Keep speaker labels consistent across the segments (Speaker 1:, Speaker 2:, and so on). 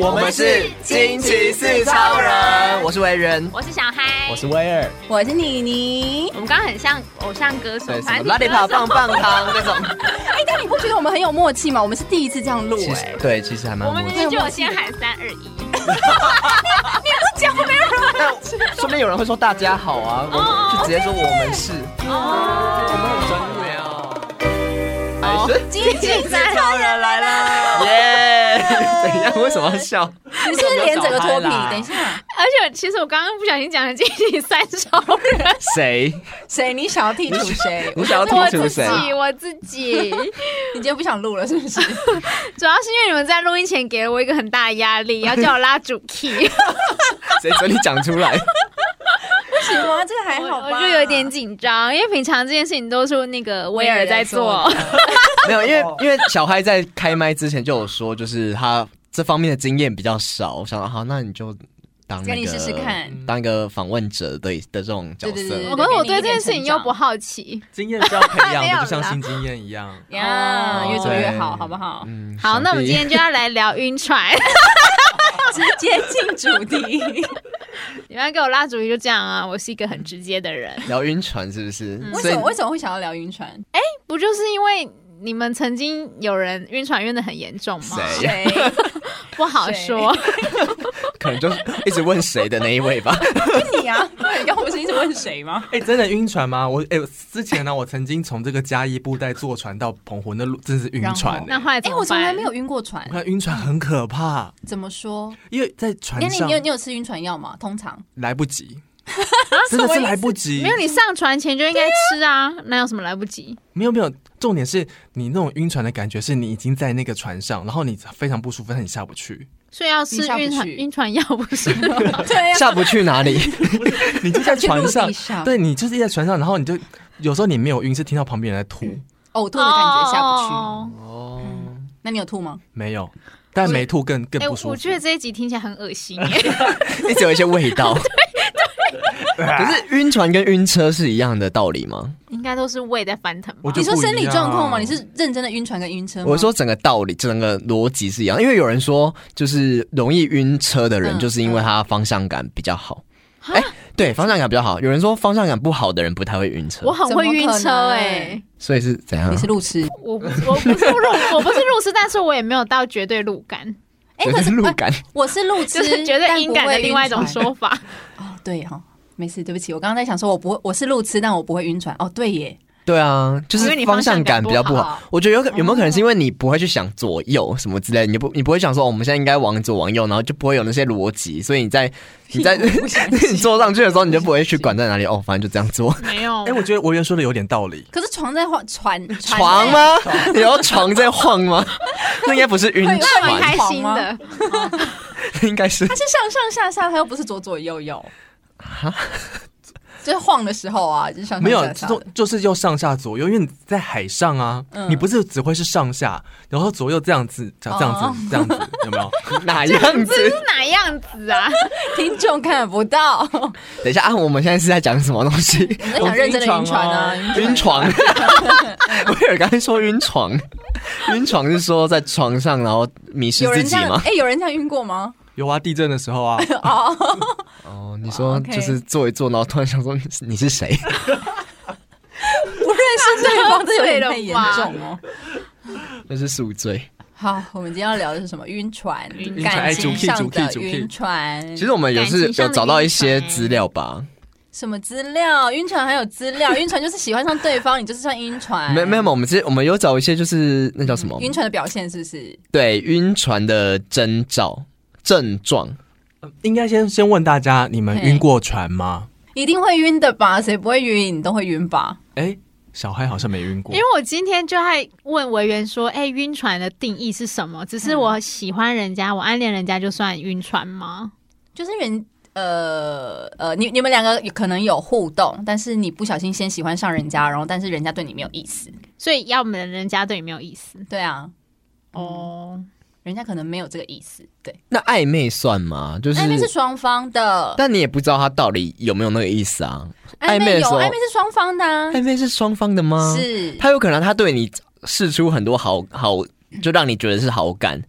Speaker 1: 我
Speaker 2: 们是惊奇四超人，我是维人，
Speaker 1: 我是小嗨，
Speaker 3: 我是威尔，
Speaker 4: 我是妮妮。
Speaker 1: 我们刚刚很像偶像歌手，
Speaker 2: 对，什
Speaker 1: 反
Speaker 2: 么
Speaker 1: 正
Speaker 2: 拉力跑棒棒糖那种，
Speaker 4: 哎，但你不觉得我们很有默契吗？我们是第一次这样录
Speaker 2: 其
Speaker 4: 哎
Speaker 2: 实，对，其实还蛮
Speaker 1: 我们
Speaker 2: 默
Speaker 1: 明
Speaker 2: 契。
Speaker 1: 明就有先喊三二一，
Speaker 2: 但说不定有人会说大家好啊，我
Speaker 1: 哦
Speaker 2: 们就直接说我们是，
Speaker 1: 哦，
Speaker 2: 我们很专业哦。哎还是
Speaker 4: 惊奇四超人来啦！
Speaker 2: 耶？ 怎样？为什么要笑？
Speaker 4: 你是不是连整个脱皮？
Speaker 3: 我们有找他啦
Speaker 4: 等一下，
Speaker 1: 而且其实我刚刚不小心讲了惊奇三超人，
Speaker 2: 谁？
Speaker 4: 谁？你想要剔除谁？
Speaker 2: 你想要
Speaker 1: 我
Speaker 2: 剔除
Speaker 1: 自
Speaker 2: 谁？
Speaker 1: 己，我自己，
Speaker 4: 你今天不想录了 是不是？
Speaker 1: 主要是因为你们在录音前给了我一个很大的压力，要叫我拉主 key，
Speaker 2: 谁准你讲出来？
Speaker 4: 不行吗？这个还
Speaker 1: 我
Speaker 4: 好吧？
Speaker 1: 我就有点紧张，因为平常这件事情都是那个威尔在做
Speaker 4: 威尔，
Speaker 2: 没有，因为因为小嗨在开麦之前就有说，就是他这方面的经验比较少。我想到好，那你就当那
Speaker 4: 跟你
Speaker 2: 个
Speaker 4: 试试看
Speaker 2: 当一个访问者的的这种角色。
Speaker 4: 对对对
Speaker 1: 我可是我对这件事情又不好奇。
Speaker 3: 经验是要培
Speaker 1: 没有
Speaker 3: 养
Speaker 1: 啦
Speaker 3: 的，就像新经验一样。
Speaker 4: 呀，
Speaker 1: 哦
Speaker 4: 越做越好，
Speaker 2: 对
Speaker 4: 好不好？
Speaker 2: 嗯
Speaker 1: 好，
Speaker 2: 想
Speaker 1: 那我们
Speaker 2: 必
Speaker 1: 今天就要来聊晕船。
Speaker 4: 直 接进主 题。
Speaker 1: 你们要给我拉主意就这样啊！我是一个很直接的人，
Speaker 2: 聊晕船是不是？
Speaker 4: 嗯为
Speaker 2: 所以
Speaker 4: 什么为什么会想要聊晕船？
Speaker 1: 不就是因为你们曾经有人晕船晕的很严重吗？
Speaker 2: 谁
Speaker 4: 谁？
Speaker 1: 不好说，
Speaker 2: 可能就是一直问谁的那一 位吧。
Speaker 4: 是你啊？对，刚刚不是一直问谁吗？
Speaker 3: 哎、真的晕船吗？我哎、之前呢、我曾经从这个嘉义布袋坐船到澎湖，那路真是晕船、
Speaker 1: 那
Speaker 3: 欸。
Speaker 1: 后来怎
Speaker 4: 哎，
Speaker 1: 么办？
Speaker 4: 我从来没有晕过船
Speaker 3: 我，看晕船很可怕，
Speaker 4: 怎么说？
Speaker 3: 因为在
Speaker 4: 那
Speaker 3: 船
Speaker 4: 你
Speaker 3: 上
Speaker 4: 你有你有吃晕船药吗？通常
Speaker 3: 来不及，
Speaker 1: 啊
Speaker 3: 真的是来不及
Speaker 1: 没。有，你上船前就应该吃啊，哪有什么来不及？
Speaker 3: 没有没有，重点是你那种晕船的感觉，是你已经在那个船上，然后你非常不舒服，但是你下不去，
Speaker 1: 所以要吃
Speaker 4: 你下不
Speaker 1: 晕船
Speaker 4: 去
Speaker 1: 晕船药不 是吗？
Speaker 4: 对
Speaker 2: 下不去哪 里？
Speaker 3: 你就在船
Speaker 4: 去陆
Speaker 3: 上
Speaker 4: 地，上
Speaker 3: 对你就是在船上，然后你就有时候你没有晕，是听到旁边人在吐，
Speaker 1: 嗯
Speaker 4: 呕吐的感觉下不去。
Speaker 1: 哦
Speaker 2: 哦，
Speaker 4: 那你有吐吗？
Speaker 3: 没有，但没吐更更
Speaker 1: 哎、
Speaker 3: 不舒服。
Speaker 1: 我觉得这一集听起来很恶心 耶。
Speaker 2: 一直有一些味道。可是晕船跟晕车是一样的道理吗？
Speaker 1: 应该都是胃在翻腾吧。
Speaker 3: 我就
Speaker 4: 你说
Speaker 3: 不一
Speaker 4: 生理状况吗？
Speaker 3: 样
Speaker 4: 你是认真的晕船跟晕车吗？
Speaker 2: 我说整个道理，整个逻辑是一样，因为有人说就是容易晕车的人，
Speaker 4: 嗯
Speaker 2: 就是因为他方向感比较好。哎、对，方向感比较好。有人说方向感不好的人不太会晕车
Speaker 1: 我，很会晕
Speaker 4: 怎么
Speaker 1: 车
Speaker 4: 可能
Speaker 1: 哎、
Speaker 2: 所以是怎样
Speaker 4: 你？是路痴。
Speaker 1: 我不我不是路 我不是路痴，但是我也没有到绝对路感，
Speaker 4: 哎，
Speaker 2: 有
Speaker 4: 可是
Speaker 2: 路
Speaker 4: 哎
Speaker 2: 感，
Speaker 4: 我是路痴，
Speaker 1: 就是绝对音感的另外一种
Speaker 4: 法。
Speaker 1: 说法。
Speaker 4: 哦，对哈，没事，对不起，我刚刚在想说，我不会，我是路痴，但我不会晕船。哦，对耶，
Speaker 2: 对啊，就
Speaker 1: 因为
Speaker 2: 是
Speaker 1: 你
Speaker 2: 方
Speaker 1: 方
Speaker 2: 向
Speaker 1: 向
Speaker 2: 感
Speaker 1: 感
Speaker 2: 比较不
Speaker 1: 不
Speaker 2: 好
Speaker 1: 好。
Speaker 2: 我觉得有可有没有可能是因为你不会去想左右什么之类的，你不你不会想说、哦我们现在应该往左往右，然后就不会有那些逻辑，所以你在你在
Speaker 4: 屁股不相 信
Speaker 2: 你坐上去的时候，你就不会去管在哪里哦，反正就这样坐。
Speaker 1: 没有，
Speaker 3: 哎、我觉得维园说的有点道理。
Speaker 4: 可是床在晃，船
Speaker 2: 床？ 吗？你要床在晃吗？那应该不是晕
Speaker 4: 会
Speaker 1: 那蛮
Speaker 4: 还
Speaker 2: 船，
Speaker 1: 开心
Speaker 4: 床
Speaker 1: 的
Speaker 4: 吗。
Speaker 2: 应该是
Speaker 4: 它是上上下下，它又不是左左右右。 就是晃的时候啊，就是上上
Speaker 3: 没有，
Speaker 4: 下
Speaker 3: 这
Speaker 4: 下
Speaker 3: 种就是要上下左右，因为你在海上啊，
Speaker 4: 嗯
Speaker 3: 你不是只会是上下，然后左右这样子，这样这样
Speaker 4: 哦
Speaker 3: 子，这样子，有 没有？
Speaker 2: 哪样子？
Speaker 1: 是哪样子啊？
Speaker 4: 听众看不到。我
Speaker 2: 等一下啊，我们现在是在讲什么东西？
Speaker 4: 在想认真的晕船啊，
Speaker 2: 晕船。威尔刚才说晕床，晕床是说在床上然后迷失
Speaker 4: 有
Speaker 2: 自
Speaker 4: 人
Speaker 2: 己
Speaker 4: 这样
Speaker 2: 吗？
Speaker 4: 哎，有人这样晕过吗？
Speaker 3: 有啊，地震的时候 啊，
Speaker 4: 哦，
Speaker 2: 哦，你说
Speaker 4: OK
Speaker 2: 就是坐一坐，然后突然想说你你是谁？
Speaker 4: 不认识对 方，这有点太严
Speaker 1: 那这
Speaker 4: 重哦。
Speaker 2: 那是宿醉。
Speaker 4: 好，我们今天要聊的是什么？晕船，
Speaker 1: 晕船
Speaker 4: 感情上
Speaker 3: 哎
Speaker 4: 的
Speaker 3: 主 key，主 key，主 key
Speaker 4: 晕船。
Speaker 2: 其实我们也是
Speaker 1: 感情上
Speaker 2: 有
Speaker 1: 的
Speaker 2: 找到一
Speaker 1: 晕
Speaker 2: 些
Speaker 1: 船
Speaker 2: 资料吧，
Speaker 4: 什么资料？晕船还有资料？晕船 就是喜欢上对方，你就是算晕船。
Speaker 2: 没没有，我们之我们有找一些就是那叫什么？
Speaker 4: 嗯晕船的表现是不是？
Speaker 2: 对，晕船的征兆症状。
Speaker 3: 应该先先问大家，你们
Speaker 4: 嘿
Speaker 3: 晕过船吗？
Speaker 4: 一定会晕的吧？谁不会晕？你都会晕吧？
Speaker 3: 哎、小黑好像没晕过
Speaker 1: 因，为 我今天就在问维园说：“哎、晕船的定义是什么？只是我喜欢人家，我暗恋人家就算晕船吗
Speaker 4: 就是人。呃呃，你你们两个有可能有互动，但是你不小心先喜欢上人家，然后但是人家对你没有意思，？”
Speaker 1: 所以要么人家对你没有意思
Speaker 4: 对啊，
Speaker 1: 哦。
Speaker 4: 人家可能没有这个意思，对，
Speaker 2: 那暧昧算吗？就是，
Speaker 4: 暧昧是双方的，
Speaker 2: 但你也不知道他到底有没有那个意思啊。暧昧
Speaker 4: 暧
Speaker 2: 的
Speaker 4: 昧
Speaker 2: 时
Speaker 4: 有
Speaker 2: 候
Speaker 4: 暧昧是双方的、啊，
Speaker 2: 暧昧是双方的吗？，
Speaker 4: 是
Speaker 2: 他有可能他对你示出很多好好，就让你觉得是好感，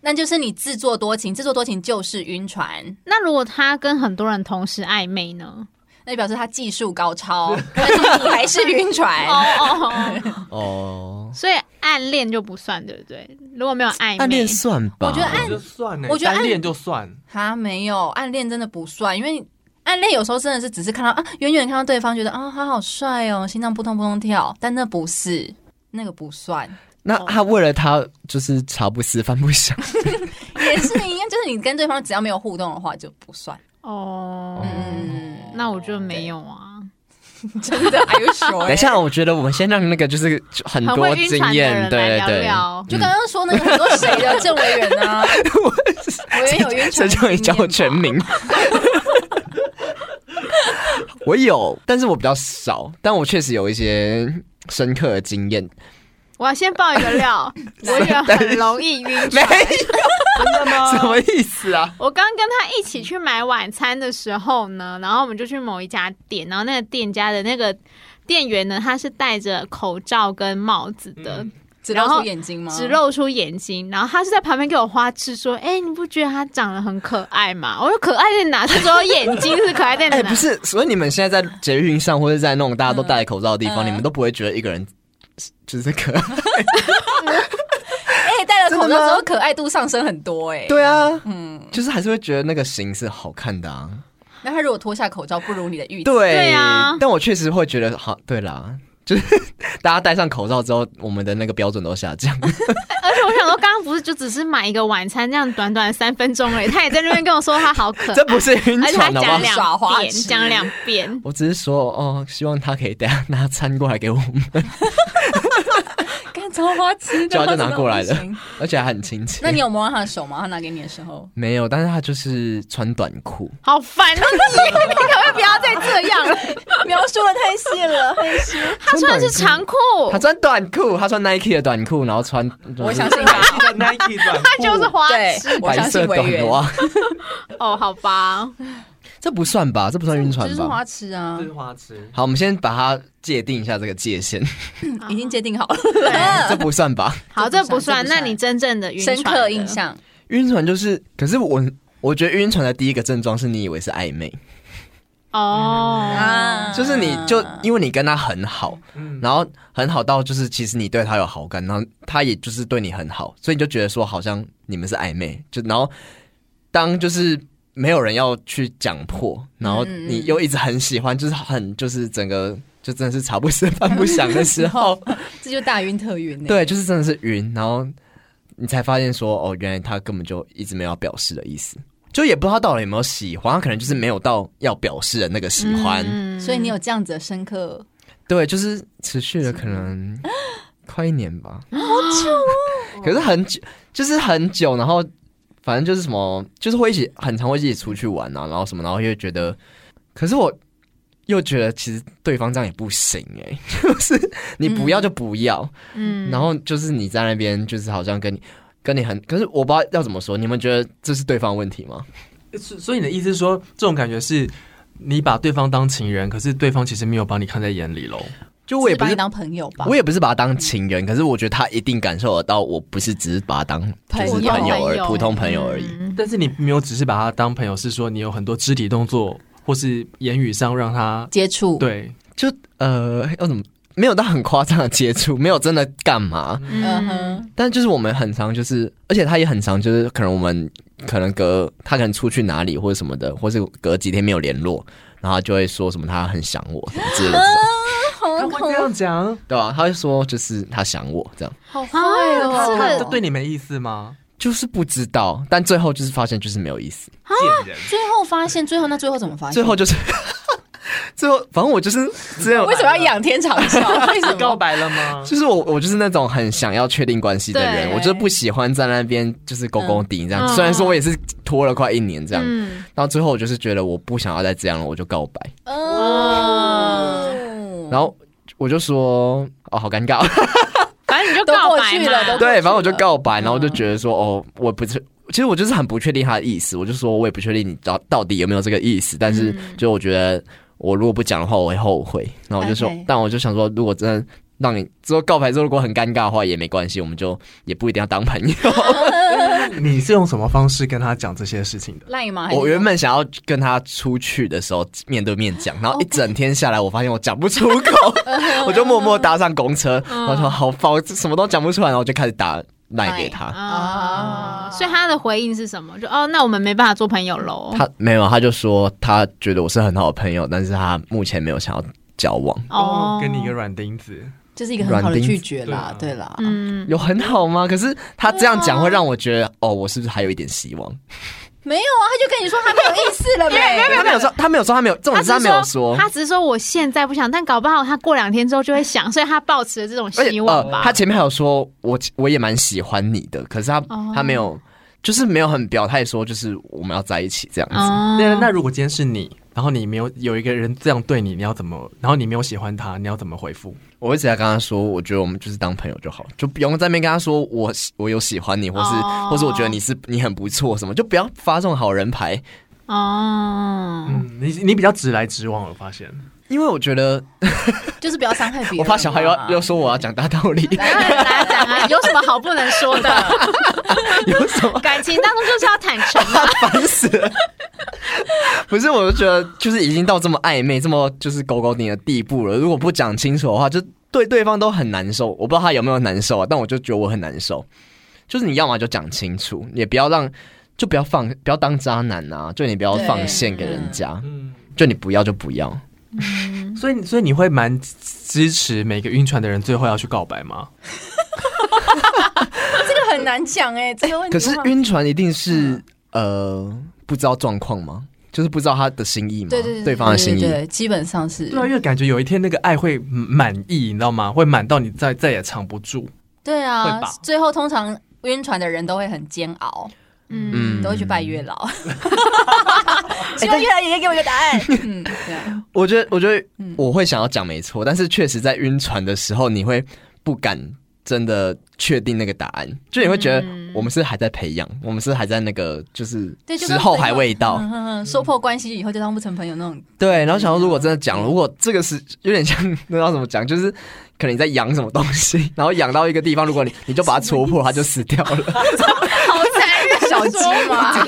Speaker 4: 那就是你自作多情，自作多情就是晕船，
Speaker 1: 那如果他跟很多人同时暧昧呢？
Speaker 4: 那就表示他技术高超，但是你还是晕船。
Speaker 1: 哦哦，
Speaker 2: 哦，
Speaker 1: 所以暗恋就不算，对不对？如果没有暧昧，
Speaker 2: 暗恋算吧？
Speaker 4: 我觉得
Speaker 3: 我就算呢、
Speaker 4: 我觉得
Speaker 3: 单
Speaker 4: 按
Speaker 3: 恋 就算，
Speaker 4: 哈，没有暗恋真的不算，因为暗恋有时候真的是只是看到啊，远远看到对方觉得啊他好帅哦，心脏扑通扑通跳，但那不是。那个不算，
Speaker 2: 那他为了他就是茶不思饭不想，
Speaker 4: 也是一样，就是你跟对方只要没有互动的话就不算。
Speaker 1: 哦，
Speaker 4: 嗯，
Speaker 1: 那我就没有啊。
Speaker 4: 真的，Are you sure？
Speaker 2: 等一下，我觉得我们先让那个就是很
Speaker 1: 很
Speaker 2: 多
Speaker 1: 会晕
Speaker 2: 经
Speaker 1: 船的
Speaker 2: 验，
Speaker 1: 人来
Speaker 2: 对
Speaker 1: 聊
Speaker 2: 对
Speaker 1: 聊，
Speaker 4: 就刚刚说那个很多谁的郑委员呢？我也有晕
Speaker 2: 谁
Speaker 4: 船经验吧，
Speaker 2: 叫你叫我全 名？我有，但是我比较少，但我确实有一些深刻的经验。
Speaker 1: 我要先爆一个 料，我也很容易晕
Speaker 2: 没
Speaker 1: 船。
Speaker 3: 真的吗？
Speaker 2: 什么意思啊？
Speaker 1: 我刚跟他一起去买晚餐的时候呢，然后我们就去某一家店，然后那个店家的那个店员呢，他是戴着口罩跟帽子的，
Speaker 2: 嗯
Speaker 4: 只
Speaker 1: 然
Speaker 4: 露
Speaker 1: 后
Speaker 4: 出眼睛吗？
Speaker 1: 只露出眼睛，然后他是在旁边给我花痴说：“哎、你不觉得他长得很可爱吗？”我说：“可爱在哪？”他说：“眼睛是可爱在哪？”
Speaker 2: 哎、不是，所以你们现在在捷运上或者在那种大家都戴口罩的地方，
Speaker 4: 嗯
Speaker 2: 你们都不会觉得一个人就是可爱？
Speaker 4: 哎，戴了口
Speaker 2: 真的
Speaker 4: 罩
Speaker 2: 吗
Speaker 4: 之后可爱度上升很多哎。
Speaker 2: 对啊，
Speaker 4: 嗯，
Speaker 2: 就是还是会觉得那个型是好看的啊。
Speaker 4: 那他如果脱下口罩，不如你的预期。
Speaker 2: 对，
Speaker 1: 对啊
Speaker 2: 但我确实会觉得，好，对啦，就是 大家戴上口罩之后，我们的那个标准都下 降。
Speaker 1: 而且我想说，刚刚不是就只是买一个晚餐，这样短短三分钟而已，他也在那边跟我说他好可 爱，
Speaker 2: 这不是晕
Speaker 1: 而且他
Speaker 2: 船好不好
Speaker 1: 讲
Speaker 4: 了？
Speaker 1: 两
Speaker 4: 耍花
Speaker 1: 遍，
Speaker 4: 痴
Speaker 1: 讲两遍，
Speaker 2: 我只是说，哦，希望他可以等下拿餐过来给我们，
Speaker 4: 干超花痴的，
Speaker 2: 就他就拿过来
Speaker 4: 真
Speaker 2: 了
Speaker 4: 的不行。，
Speaker 2: 而且还很亲切。
Speaker 4: 那你有摸到他的手吗？他拿给你的时候，
Speaker 2: 没有，但是他就是穿短裤，
Speaker 1: 好烦啊！你你可不可以不要再这样了？
Speaker 4: 描述的太细了，太细。
Speaker 1: 他穿的是长裤，
Speaker 2: 他穿短裤，他穿 Nike 的短裤，然后穿
Speaker 4: 哦我相信他，
Speaker 3: Nike 短
Speaker 1: 他就是花
Speaker 4: 对
Speaker 1: 痴，
Speaker 4: 我相
Speaker 2: 白
Speaker 4: 信
Speaker 2: 色
Speaker 4: 委
Speaker 2: 短啊
Speaker 4: 员，
Speaker 2: 袜，
Speaker 1: 哦，好吧，
Speaker 2: 这不算吧？这不算晕
Speaker 4: 这
Speaker 2: 船
Speaker 4: 就是
Speaker 2: 吧？
Speaker 4: 花痴啊
Speaker 3: 这，是花痴，
Speaker 2: 好，我们先把它界定一下这个界限，
Speaker 4: 已经界定好
Speaker 1: 对
Speaker 2: 这
Speaker 4: 了。
Speaker 2: 不算吧？
Speaker 1: 好，
Speaker 4: 这
Speaker 1: 这
Speaker 4: 不
Speaker 1: 不
Speaker 4: 算
Speaker 1: 算。
Speaker 4: 这不
Speaker 1: 那
Speaker 4: 算
Speaker 1: 你真正的晕船
Speaker 4: 深
Speaker 1: 的
Speaker 4: 刻印，象，
Speaker 2: 晕船就是，可是我我觉得晕船的第一个症状是你以为是暧昧，
Speaker 1: 哦
Speaker 4: 啊，
Speaker 2: 就是你就因为你跟他很好，
Speaker 3: 嗯，
Speaker 2: 然后很好到就是其实你对他有好感，然后他也就是对你很好，所以你就觉得说好像你们是暧昧，就然后当就是没有人要去讲破，然后
Speaker 4: 嗯嗯嗯
Speaker 2: 你又一直很喜欢，就是很就是整个就真的是茶不思饭不想的时 候，
Speaker 4: 这就大晕特晕欸。
Speaker 2: 对，就是真的是晕，然后你才发现说哦，原来他根本就一直没有要表示的意思。就也不知道他到底有没有喜欢，他可能就是没有到要表示的那个喜欢，
Speaker 1: 嗯
Speaker 4: 所以你有这样子的深
Speaker 2: 嗯
Speaker 4: 刻，
Speaker 2: 对，就是持续了可能快一年吧， 好久哦。可是很久，就是很久，然后反正就是什么，就是会一起很常会一起出去玩啊，然后什么，然后又觉得，可是我又觉得其实对方这样也不行哎、 就是你不要就不要，
Speaker 1: 嗯
Speaker 2: 然后就是你在那边就是好像跟你跟你很，可是我不知道要怎么说，你们觉得这是对方的问题吗？
Speaker 3: 所所以你的意思是说，这种感觉是你把对方当情人，可是对方其实没有把你看在眼里喽？
Speaker 2: 就我也不
Speaker 4: 只把你
Speaker 2: 是。
Speaker 4: 当朋友吧
Speaker 2: 我。也不是把他当情人，可是我觉得他一定感受得到，我不是只是把他当就
Speaker 4: 朋
Speaker 2: 是
Speaker 4: 友
Speaker 2: 朋友而
Speaker 1: 朋友
Speaker 2: 普通朋友而已。
Speaker 1: 嗯
Speaker 3: 但是你没有只是把他当朋友，是说你有很多肢体动作或是言语上让他
Speaker 4: 接触，
Speaker 3: 对，
Speaker 2: 就呃，要怎么没有到很夸张的接触，没有真的干嘛，
Speaker 4: 嗯
Speaker 1: 嗯，
Speaker 4: 哼，
Speaker 2: 但就是我们很常就是，而且他也很常就是，可能我们可能隔他可能出去哪里或者什么的，或是隔几天没有联络，然后他就会说什么他很想我什么之类的，
Speaker 3: 他
Speaker 4: 好
Speaker 3: 会这样讲，
Speaker 2: 对啊？他会说就是他想我这样，
Speaker 4: 好坏哦
Speaker 1: 啊这个
Speaker 3: 这对你没意思吗？
Speaker 2: 就是不知道，但最后就是发现就是没有意思，
Speaker 3: 贱啊人，
Speaker 4: 最后发现，最后那最后怎么发现？
Speaker 2: 最后就是 最后，反正我就是 这样
Speaker 4: 为。什么要仰天长 啸？为什
Speaker 3: 告
Speaker 4: 么？
Speaker 3: 白了 吗？
Speaker 2: 就是我，我就是那种很想要确定关系的人，
Speaker 1: 对
Speaker 2: 我就是不喜欢在那边就是勾勾顶这样。
Speaker 1: 嗯
Speaker 2: 虽然说我也是拖了快一年这样，
Speaker 1: 嗯，
Speaker 2: 到最后我就是觉得我不想要再这样了，我就告白，
Speaker 4: 哦，
Speaker 2: 然后我就说哦，好尴尬，
Speaker 1: 反正你就
Speaker 4: 都
Speaker 1: 告
Speaker 4: 过
Speaker 1: 白
Speaker 4: 去了都
Speaker 1: 嘛，
Speaker 2: 对，反正我就告白，然后我
Speaker 1: 嗯
Speaker 2: 就觉得说哦，我不是。其实我就是很不确定他的意思，我就说我也不确定你到到底有没有这个意思，但
Speaker 1: 嗯
Speaker 2: 是就我觉得我如果不讲的话，我会后悔。然后我就说
Speaker 4: OK
Speaker 2: 但我就想说，如果真的让你之后告白之后如果很尴尬的话也没关系，我们就也不一定要当朋友。
Speaker 3: 你是用什么方式跟他讲这些事情的？
Speaker 4: 赖吗？还是
Speaker 2: 我原本想要跟他出去的时候面对面讲，然后一整天下来，我发现我讲不出 口，我就默默搭上公车，然后说好烦，我什么都讲不出来，然后我就开始打赖给他，
Speaker 1: 啊
Speaker 4: 啊，
Speaker 1: 所以他的回应是什么？就哦，那我们没办法做朋友喽。
Speaker 2: 他没有，他就说他觉得我是很好的朋友，但是他目前没有想要交往，
Speaker 1: 哦，
Speaker 3: 给你一个软钉子，
Speaker 4: 就是一个很好的
Speaker 2: 软钉
Speaker 4: 拒
Speaker 2: 子啊
Speaker 4: 绝啦，对
Speaker 3: 对
Speaker 4: 啦，
Speaker 1: 嗯，
Speaker 2: 有很好吗？可是他这样讲会让我觉得，哦，我是不是还有一点希望？
Speaker 4: 没有啊，他就跟你说他没有意思 了呗。
Speaker 2: 他哎没有说，他没有说，他没有，重点是他没有说，
Speaker 1: 他只是说我现在不想，但搞不好他过两天之后就会想，所以他抱持了这种
Speaker 2: 而且呃
Speaker 1: 希望吧。
Speaker 2: 他前面还有说，我我也蛮喜欢你的，可是他、
Speaker 1: 哦
Speaker 2: 他没有，就是没有很表态说，就是我们要在一起这样子。
Speaker 1: 哦
Speaker 3: 那那如果今天是你，然后你没有有一个人这样对你，你要怎么？然后你没有喜欢他，你要怎么回复？
Speaker 2: 我一直在跟他说，我觉得我们就是当朋友就好，就不用在那边跟他说我喜我有喜欢你，或是、
Speaker 1: 哦
Speaker 2: 或是我觉得你是你很不错什么，就不要发这种好人牌，
Speaker 1: 哦，
Speaker 3: 嗯，你你比较直来直往，我发现。
Speaker 2: 因为我觉得
Speaker 4: 就是不要伤害别人。啊
Speaker 2: 我怕小孩又要又说我要讲大道理，
Speaker 1: 来啊来啊讲啊， 有什么好不能说的？
Speaker 2: 有什么？
Speaker 1: 感情当中就是要坦诚啊。
Speaker 2: 烦死了！不是，我就觉得就是已经到这么暧昧、这么就是勾勾你的地步了。如果不讲清楚的话，就对对方都很难受。我不知道他有没有难受啊，但我就觉得我很难受。就是你要么就讲清楚，也不要让，就不要放，不要当渣男啊！就你不要放线给人家，
Speaker 3: 嗯，
Speaker 2: 就你不要就不要。
Speaker 3: 所以所以你会蛮支持每个晕船的人最后要去告白吗？
Speaker 4: 这个很难讲哎、这个问题
Speaker 2: 可
Speaker 4: 的
Speaker 2: 是
Speaker 4: 话。嗯
Speaker 2: 晕船一定是呃不知道状况吗？就是不知道他的心意吗？
Speaker 4: 对对对，
Speaker 2: 方的心意。
Speaker 4: 对，对基本上是
Speaker 3: 对啊，因为感觉有一天那个爱会满意，你知道吗？会满到你再再也藏不住。
Speaker 4: 对啊
Speaker 3: 会吧。
Speaker 4: 最后通常晕船的人都会很煎熬，
Speaker 1: 嗯，
Speaker 2: 嗯
Speaker 4: 都会去拜 月老。 希望月老爷爷给我一个答案。嗯，对啊，
Speaker 2: 我觉得，我觉得
Speaker 4: 嗯
Speaker 2: 我会想要讲没错，但是确实在晕船的时候，你会不敢真的确定那个答案，就你会觉得
Speaker 1: 嗯
Speaker 2: 我们是还在培养，我们是还在那个就是
Speaker 4: 对，就
Speaker 2: 时
Speaker 4: 跟
Speaker 2: 候
Speaker 4: 朋友
Speaker 2: 还未到
Speaker 4: 嗯，哼哼说破关系以后就当不成朋友那种。
Speaker 2: 对。然后想说，如果真的讲，如果这个是有点像 那要怎么讲，就是可能你在养什么东西， 然后养到一个地方，如果你你就把它戳破，它就死掉了。
Speaker 1: 好残忍，
Speaker 4: 小鸡嘛，
Speaker 1: 啊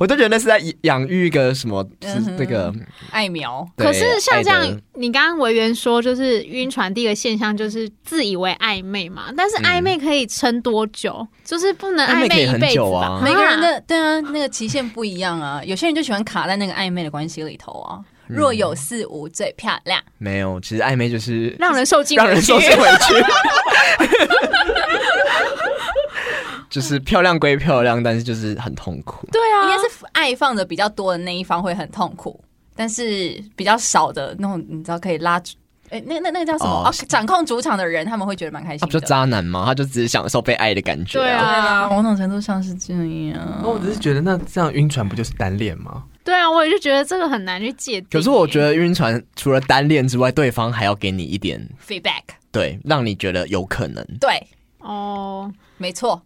Speaker 2: 我就觉得那是在养育一个什么，就是
Speaker 4: 嗯哼
Speaker 2: 那个。
Speaker 4: 爱苗。
Speaker 2: 对
Speaker 1: 可是像这
Speaker 2: 爱的
Speaker 1: 样，你刚刚维园说，就是晕船第一个现象就是自以为暧昧嘛，但是暧昧可以撑多久？就是不能
Speaker 2: 暧昧可以
Speaker 1: 昧一
Speaker 2: 很
Speaker 1: 辈子
Speaker 2: 久啊
Speaker 1: 吧？
Speaker 2: 啊
Speaker 4: 每个人的对啊，那个期限不一样啊。有些人就喜欢卡在那个暧昧的关系里头啊。
Speaker 2: 嗯
Speaker 4: 若有似无最漂亮，
Speaker 2: 没有，其实暧昧就是
Speaker 1: 让人受尽
Speaker 2: 让人
Speaker 1: 委屈
Speaker 2: 受尽委屈。就是漂亮归漂亮，但是就是很痛苦。
Speaker 1: 对
Speaker 4: 应
Speaker 1: 啊
Speaker 4: 该，是爱放的比较多的那一方会很痛苦，但是比较少的那种，你知道可以拉住，哎、那那那个叫什么？
Speaker 2: 哦啊
Speaker 4: 哦、掌控主场的人，他们会觉得蛮开
Speaker 2: 他
Speaker 4: 心
Speaker 2: 不就
Speaker 4: 的。
Speaker 2: 渣男吗？他就只是享受被爱的感觉、
Speaker 1: 对
Speaker 4: 对
Speaker 1: 啊
Speaker 4: 啊，某种程度上是这
Speaker 3: 那我
Speaker 4: 样。
Speaker 3: 只是觉得，那这样晕船不就是单恋吗？
Speaker 1: 对啊，我也就觉得这个很难去界定。
Speaker 2: 可是我觉得晕船除了单恋之外，对方还要给你一点
Speaker 4: Feedback，
Speaker 2: 对，让你觉得有可能。
Speaker 4: 对，
Speaker 1: 哦，
Speaker 4: 没错，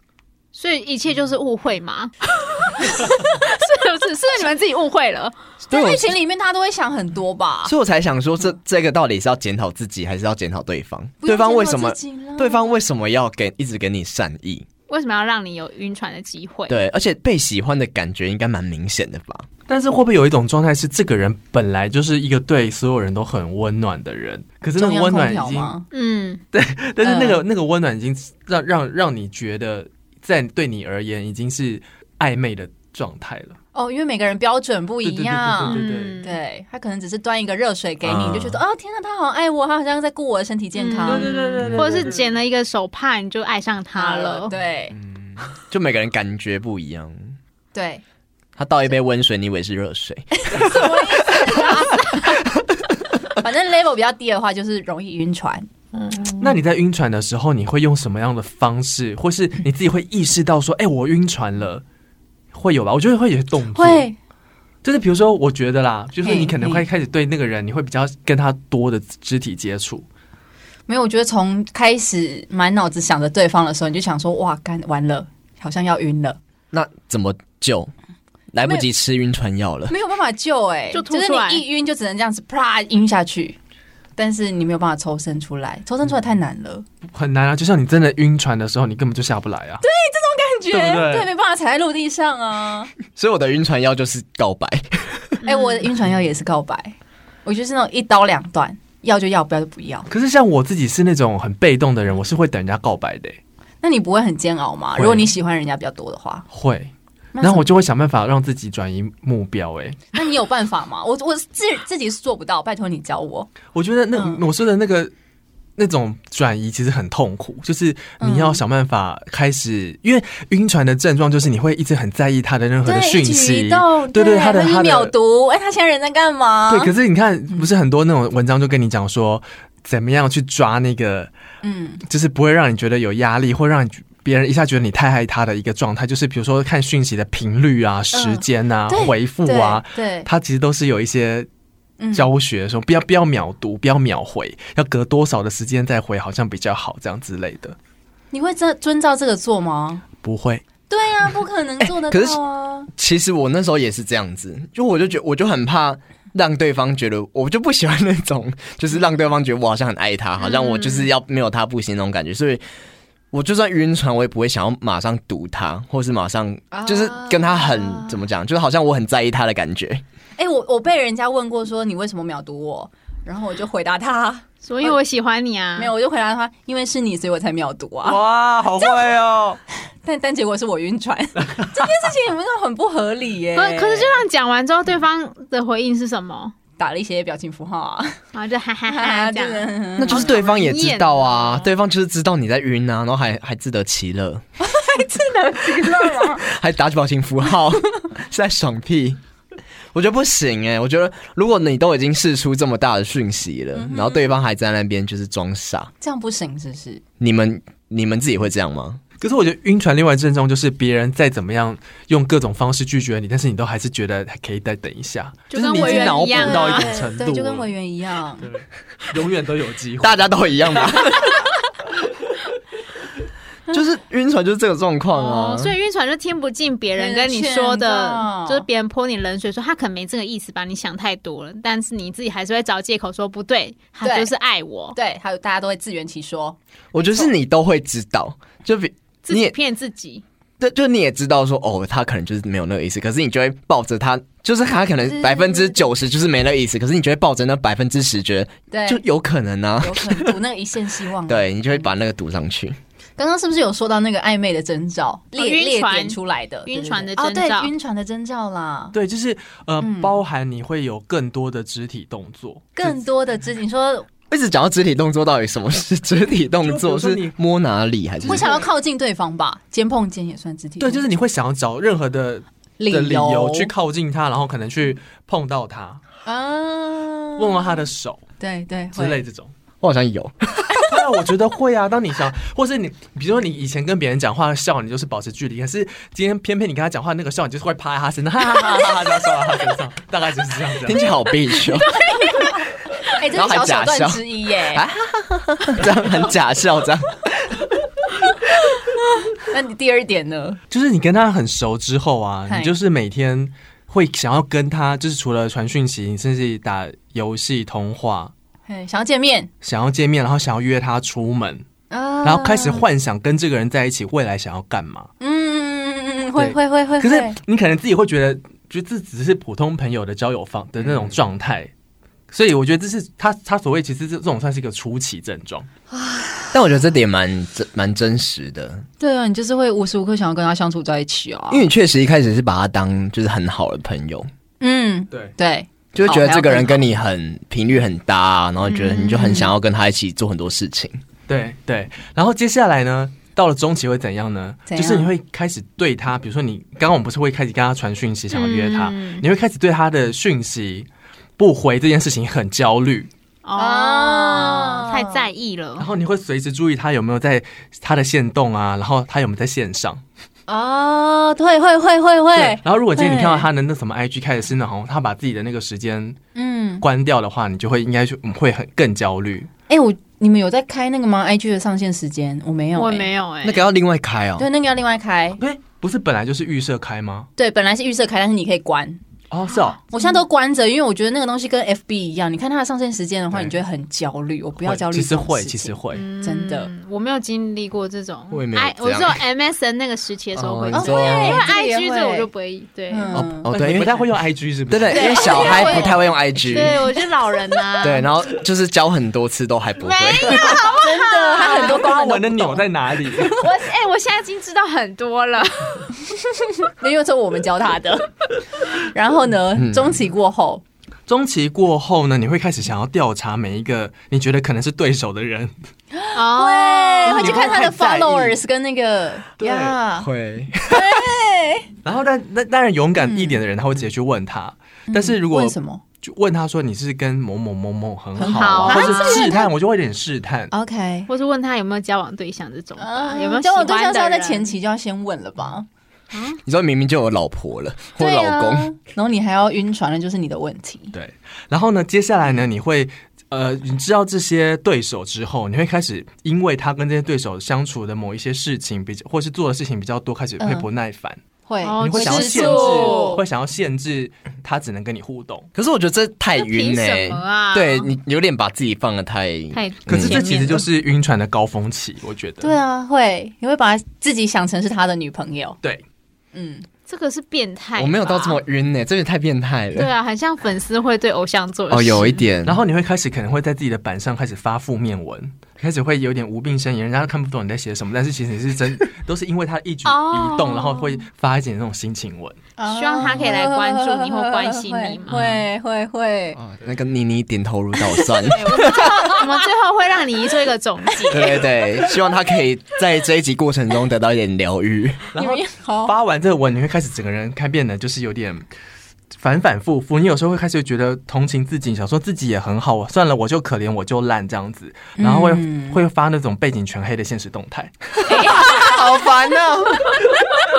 Speaker 1: 所以一切就是误会 嘛，是不是？是不是你们自己误会了？
Speaker 4: 在
Speaker 2: 对我
Speaker 4: 爱情里面，大家都会想很多吧？
Speaker 2: 所以我才想说这，这个到底是要检讨自己，还是要检讨对方？对
Speaker 1: 啊
Speaker 2: 方为什么？对方为什么要给一直给你善意？
Speaker 1: 为什么要让你有晕船的机会？
Speaker 2: 对，而且被喜欢的感觉应该蛮明显的吧？
Speaker 3: 但是会不会有一种状态是，这个人本来就是一个对所有人都很温暖的人，可是那
Speaker 4: 中
Speaker 3: 个
Speaker 4: 央
Speaker 3: 温
Speaker 4: 空
Speaker 3: 暖
Speaker 4: 调
Speaker 3: 已经，
Speaker 4: 吗？
Speaker 1: 嗯，
Speaker 3: 但是那个、那个温暖已经让让让你觉得，在对你而言已经是暧昧的状态了。
Speaker 4: 哦，因为每个人标准不一样。
Speaker 3: 对对
Speaker 1: 嗯，
Speaker 4: 对他可能只是端一个热水给你，
Speaker 3: 啊
Speaker 4: 你就觉得哦，天哪，他好爱我，他好像在顾我的身体健康，
Speaker 1: 嗯对
Speaker 3: 对对对
Speaker 1: 或者是剪了一个手帕，你就爱上他了。
Speaker 4: 对
Speaker 2: 就每个人感觉不一样。
Speaker 4: 对，
Speaker 2: 他倒一杯温水，你以为是热水？
Speaker 4: 反正 level 比较低的话，就是容易晕船。
Speaker 3: 那你在晕船的时候，你会用什么样的方式，或是你自己会意识到说，哎、我晕船了，会有吧？我觉得会有些动作，
Speaker 4: 会，
Speaker 3: 就是比如说，我觉得啦，就是你可能
Speaker 4: 嘿
Speaker 3: 会开始对那个人，你会比较跟他多的肢体接触。
Speaker 4: 没有，我觉得从开始满脑子想着对方的时候，你就想说，哇，干完了，好像要晕了，
Speaker 2: 那怎么救？来不及吃晕船药了。
Speaker 4: 没有办法救、哎，
Speaker 1: 就
Speaker 4: 就
Speaker 1: 吐出来
Speaker 4: 是你一晕就只能这样子啪晕下去，但是你没有办法抽身出来，抽身出来太难了，
Speaker 3: 很难啊，就像你真的晕船的时候，你根本就下不来啊。
Speaker 4: 感觉觉，
Speaker 3: 对不对
Speaker 4: 没办法踩在陆地上啊。
Speaker 2: 所以我的晕船药就是告白，
Speaker 4: 哎、我的晕船药也是告白，我就是那种一刀两断，要就要，不要就不要。
Speaker 3: 可是像我自己是那种很被动的人，我是会等人家告白的欸、
Speaker 4: 那你不会很煎熬吗？
Speaker 3: 会
Speaker 4: 如果你喜欢人家比较多的话，
Speaker 3: 会。
Speaker 4: 那
Speaker 3: 然后我就会想办法让自己转移目标、欸。
Speaker 4: 那你有办法吗？我我自自己是做不到，拜托你教我。
Speaker 3: 我觉得那、
Speaker 4: 嗯
Speaker 3: 我说的那个那种转移其实很痛苦，就是
Speaker 4: 嗯
Speaker 3: 你要想办法开始，因为晕船的症状就是你会一直很在意他的任何的讯
Speaker 4: 一举
Speaker 3: 息
Speaker 4: 一，动，
Speaker 3: 对
Speaker 4: 对
Speaker 3: 他的
Speaker 4: 会去
Speaker 3: 他
Speaker 4: 秒
Speaker 3: 的
Speaker 4: 读。哎、他现在人在干嘛？
Speaker 3: 对。可是你看，不是很多那种文章就跟你讲说，怎么样去抓那个，
Speaker 4: 嗯，
Speaker 3: 就是不会让你觉得有压力，或让你别人一下觉得你太爱他的一个状态，就是比如说看讯息的频率啊、时间啊、
Speaker 4: 嗯对
Speaker 3: 回复
Speaker 4: 对
Speaker 3: 啊，
Speaker 4: 对，
Speaker 3: 它其实都是有一些
Speaker 4: 嗯
Speaker 3: 教学说不要不要秒读，不要秒回，要隔多少的时间再回，好像比较好，这样之类的。
Speaker 4: 你会遵遵照这个做吗？
Speaker 3: 不会，
Speaker 4: 对啊，不可能
Speaker 3: 哎
Speaker 4: 做得
Speaker 2: 可是
Speaker 4: 到啊。
Speaker 2: 其实我那时候也是这样子，就我就觉我就很怕让对方觉得，我就不喜欢那种，就是让对方觉得我好像很爱他，好像我就是要没有他不行那种感觉，所以。我就算晕船，我也不会想要马上堵他，或是马上
Speaker 4: 啊
Speaker 2: 就是跟他很、怎么讲，就是好像我很在意他的感觉。
Speaker 4: 哎、我我被人家问过说你为什么秒读我，然后我就回答他，
Speaker 1: 所以我喜欢你啊。
Speaker 4: 没有，我就回答他，因为是你，所以我才秒读啊。
Speaker 3: 哇，好会哦！
Speaker 4: 但但结果是我晕船， 这件事情有没有很不合理耶、
Speaker 1: 可可是就让讲完之后，对方的回应是什么？
Speaker 4: 打了一些表情符 号啊，
Speaker 1: 然后就哈哈 哈哎这样。啊
Speaker 4: 对
Speaker 2: 那就是对方也知道啊，对方就是知道你在晕啊，然后还还自得其 乐，
Speaker 4: 你知道吗？
Speaker 1: 啊
Speaker 2: 还打表情符号， 是在爽屁。我觉得不行哎、我觉得如果你都已经试出这么大的讯息了，
Speaker 1: 嗯
Speaker 2: 然后对方还在那边就是装傻，
Speaker 4: 这样不行，是不是？
Speaker 2: 你们你们自己会这样吗？
Speaker 3: 可是我觉得晕船另外一症状就是别人再怎么样用各种方式拒绝你，但是你都还是觉得还可以再等一下，
Speaker 1: 就是跟
Speaker 3: 你已
Speaker 1: 委
Speaker 3: 经
Speaker 1: 员
Speaker 3: 脑
Speaker 1: 一样
Speaker 3: 补
Speaker 1: 啊
Speaker 3: 到一种程度
Speaker 4: 对，就跟
Speaker 3: 了
Speaker 4: 委员一样。
Speaker 3: 永远都有机会。
Speaker 2: 大家都一样 吧？就是晕船就是这个状况啊、
Speaker 1: 哦，所以晕船就听不进别人
Speaker 4: 别人
Speaker 1: 跟你说
Speaker 4: 劝
Speaker 1: 的
Speaker 4: 告，
Speaker 1: 就是别人泼你冷水，说他可能没这个意思吧，你想太多了。但是你自己还是会找借口说不对，他
Speaker 4: 对
Speaker 1: 就是爱我，
Speaker 4: 对，还有大家都会自圆其说，
Speaker 2: 我觉得是你都会知道，就比
Speaker 1: 自
Speaker 2: 你
Speaker 1: 己
Speaker 2: 也
Speaker 1: 骗自己。
Speaker 2: 对，就你也知道说哦，他可能就是没有那个意思，可是你就会抱着他，就是他可能
Speaker 4: 对
Speaker 2: 百分之九十就是没那个意思，可是你就会抱着那百分之十，觉得
Speaker 4: 对，
Speaker 2: 就有可能啊，
Speaker 4: 有可能赌那个一线希望。，啊
Speaker 2: 对你就会把那个赌上去。
Speaker 4: 刚刚是不是有说到那个暧昧的征兆列
Speaker 1: 哦晕
Speaker 4: 列
Speaker 1: 船
Speaker 4: 点出来的
Speaker 1: 晕船的
Speaker 4: 对对对
Speaker 1: 征
Speaker 4: 哦，
Speaker 1: 兆
Speaker 4: 对，晕船的征兆啦，
Speaker 3: 对，就是呃，
Speaker 4: 嗯
Speaker 3: 包含你会有更多的肢体动作，
Speaker 4: 更多的知你说
Speaker 2: 一直讲到肢体动作，到底什么是肢体动
Speaker 3: 就比如
Speaker 2: 作？
Speaker 3: 说你
Speaker 2: 是摸哪里还是？
Speaker 4: 会想要靠近对方吧， 肩碰肩也算肢体
Speaker 3: 对，
Speaker 4: 动作，
Speaker 3: 就是你会想要找任何的
Speaker 4: 理
Speaker 3: 的理由
Speaker 4: 由
Speaker 3: 去靠近他，然后可能去碰到他，
Speaker 4: 啊，
Speaker 3: 碰到他的手
Speaker 4: 对对
Speaker 3: 之类，这种。
Speaker 2: 我好像有，
Speaker 3: 对啊，我觉得会啊。当你想，或是你，比如说你以前跟别人讲话笑，你就是保持距离，可是今天偏偏你跟他讲话那个笑，你就是会趴在他身上，哈哈哈哈哈，然后笑到他身上，大概就是这样子
Speaker 2: 听
Speaker 3: 啊。
Speaker 2: 起来好 bitch 哦，
Speaker 4: 会哎，这
Speaker 2: 然后
Speaker 4: 是
Speaker 2: 还
Speaker 4: 小手
Speaker 2: 假
Speaker 4: 段
Speaker 2: 笑
Speaker 4: 之一耶。
Speaker 2: 这样很假笑，这样
Speaker 4: 那你第二点呢？
Speaker 3: 就是你跟他很熟之后啊，
Speaker 4: 嗨
Speaker 3: 你就是每天会想要跟他，就是除了传讯息，你甚至打游戏通话，
Speaker 4: 嘿想要见面
Speaker 3: 想要见面，然后想要约他出门，
Speaker 4: 啊
Speaker 3: 然后开始，幻想跟这个人在一起，未来想要干嘛。
Speaker 4: 嗯嗯嗯嗯嗯，会
Speaker 3: 对
Speaker 4: 会会会，
Speaker 3: 可是
Speaker 4: 会
Speaker 3: 你可能自己会觉得，觉得这只是普通朋友的交友方的那种状态，所以我觉得这是他他所谓其实这这种算是一个初期症状。
Speaker 2: 但我觉得这点蛮真蛮真实的，
Speaker 4: 对啊，你就是会无时无刻想要跟他相处在一起啊
Speaker 2: 因为你确实一开始是把他当就是很好的朋友，
Speaker 4: 嗯，
Speaker 3: 对，
Speaker 4: 对，
Speaker 2: 就会觉得这个人
Speaker 4: 哦还要
Speaker 2: 跟你很频率很搭、啊，然后觉得你就
Speaker 4: 嗯
Speaker 2: 很想要跟他一起做很多事情。
Speaker 3: 对对，然后接下来呢，到了中期会怎样呢？
Speaker 4: 怎
Speaker 3: 就
Speaker 4: 样
Speaker 3: 是你会开始对他，比如说你刚刚我们不是会开始跟他传讯息，想要约他，
Speaker 1: 嗯
Speaker 3: 你会开始对他的讯息不回这件事情很焦虑，
Speaker 1: 哦
Speaker 4: 啊，
Speaker 1: 太在意
Speaker 3: 然
Speaker 1: 了。
Speaker 3: 后你会随时注意他有没有在他的线动啊，然后他有没有在线上。
Speaker 4: 哦，对，会会会
Speaker 3: 对
Speaker 4: 会，，
Speaker 3: 然后如果今天你
Speaker 4: 会
Speaker 3: 看到他的那什么 IG 开始是那种他把自己的那个时间
Speaker 4: 嗯，
Speaker 3: 关掉的话，你就会应该就嗯会很更焦虑。
Speaker 4: 哎、我你们有在开那个吗？IG 的上线时间我没有、
Speaker 1: 我
Speaker 4: 哎
Speaker 1: 没有哎、啊
Speaker 2: 那个要另外开哦，
Speaker 4: 对，那个要另外开。
Speaker 3: 对，不是本来就是预设开吗？
Speaker 4: 对，本来是预设开，但是你可以关。
Speaker 3: 哦，是哦，
Speaker 4: 我现在都关着，因为我觉得那个东西跟 FB 一样，你看它的上线时间的话，
Speaker 3: 对
Speaker 4: 你就会很焦虑。我不
Speaker 3: 不
Speaker 4: 要焦虑
Speaker 3: 其
Speaker 4: 这
Speaker 3: 实
Speaker 4: 种事情，
Speaker 3: 会，其实会，
Speaker 4: 真的
Speaker 1: 嗯，我没有经历过这种，
Speaker 2: 我也没有
Speaker 1: 哎
Speaker 2: 这
Speaker 1: 我
Speaker 2: 样
Speaker 1: 只有 MSN 那个时期的时候
Speaker 2: 哦
Speaker 1: 会，
Speaker 2: 你
Speaker 1: 因
Speaker 2: 说
Speaker 1: 为
Speaker 4: 这个也
Speaker 1: IG 这
Speaker 4: 会
Speaker 1: 我就不会，对
Speaker 2: 哦
Speaker 4: 嗯，
Speaker 2: 哦
Speaker 3: 你
Speaker 2: 对，因
Speaker 3: 不
Speaker 2: 为
Speaker 3: 太会用 IG 是不
Speaker 2: 对
Speaker 3: 是？
Speaker 2: 对，因为小孩不太会用 IG，
Speaker 1: 对，啊我是老人啊呐，
Speaker 2: 对，然后就是教很多次都还不会，
Speaker 4: 真的，它 很多功
Speaker 3: 那
Speaker 4: 能
Speaker 3: 我的
Speaker 4: 都
Speaker 3: 钮在哪里？
Speaker 1: 我哎，我现在已经知道很多 了，
Speaker 4: 因为这我们教他 的。然后呢，
Speaker 3: 嗯
Speaker 4: 中期过后，
Speaker 3: 中期过后呢，你会开始想要调查每一个你觉得可能是对手的人，
Speaker 1: 哦
Speaker 4: 对，会去看他的
Speaker 3: 你会很在意
Speaker 4: followers 跟那个
Speaker 3: 对
Speaker 4: 呀，
Speaker 2: 会
Speaker 3: 然后但但当然勇敢一点的人，他会直接去问他。但是如
Speaker 4: 嗯
Speaker 3: 果
Speaker 4: 问什么
Speaker 3: 就问他说你是跟某某某某很
Speaker 1: 很
Speaker 3: 好
Speaker 1: 好啊哦
Speaker 3: 啊，或者试探，我就会有点试探。
Speaker 4: ？OK，
Speaker 1: 或是问他有没有交往对象这种吧，啊有没有
Speaker 4: 嗯交啊往对
Speaker 1: 喜欢
Speaker 4: 象
Speaker 1: 的
Speaker 4: 是要在
Speaker 1: 人
Speaker 4: 前期就要先问了吧？
Speaker 2: 你说明明就有老婆了或
Speaker 4: 对
Speaker 2: 老公，
Speaker 4: 啊，
Speaker 1: 哦
Speaker 4: 然后你还要晕船，那就是你的问题。
Speaker 3: 对，然后呢，接下来呢，你会呃，你知道这些对手之后，你会开始因为他跟这些对手相处的某一些事情比较，或是做的事情比较多，开始会不耐烦，
Speaker 4: 会，
Speaker 1: 嗯哦
Speaker 3: 你会想要
Speaker 1: 吃
Speaker 3: 限
Speaker 1: 醋
Speaker 3: 制，会想要限制他只能跟你互动。
Speaker 2: 可是我觉得这太晕
Speaker 1: 这
Speaker 2: 呢、
Speaker 1: 凭什么啊
Speaker 2: 对你有点把自己放的太
Speaker 1: 太
Speaker 3: 可是这其实就
Speaker 1: 前
Speaker 3: 是晕船的高峰期，我觉得。
Speaker 4: 对啊，会，你会把自己想成是他的女朋友。
Speaker 3: 对，
Speaker 4: 嗯，
Speaker 1: 面了这个是变态，
Speaker 2: 我没有到这么。晕欸呢、这也太变态
Speaker 1: 对
Speaker 2: 了。
Speaker 1: 啊，很像粉丝会对偶像做的
Speaker 2: 哦，有
Speaker 1: 事
Speaker 2: 一点，
Speaker 3: 然后你会开始可能会在自己的板上开始发负面文，开始会有点无病呻吟，人家看不懂你在写什么，但是其实你是真都是因为他一举一动，
Speaker 1: 哦
Speaker 3: 然后会发一点那种心情文。
Speaker 1: 希望他可以来关注你或关心你嘛
Speaker 4: 哦会会会，
Speaker 2: 哦那个妮妮点头如捣 蒜。
Speaker 4: 哦
Speaker 1: 我们最后会让你做一个总结。
Speaker 2: 对对对，希望他可以在这一集过程中得到一点疗愈。
Speaker 3: 然
Speaker 4: 你
Speaker 3: 后
Speaker 4: 们好
Speaker 3: 发完这个文，你会开始整个人开变得就是有点反反复复。你有时候会开始觉得同情自己，想说自己也很好，算了，我就可怜，我就烂这样子，然后会、
Speaker 4: 嗯
Speaker 3: 会发那种背景全黑的现实动 态。
Speaker 4: 哎好烦哦。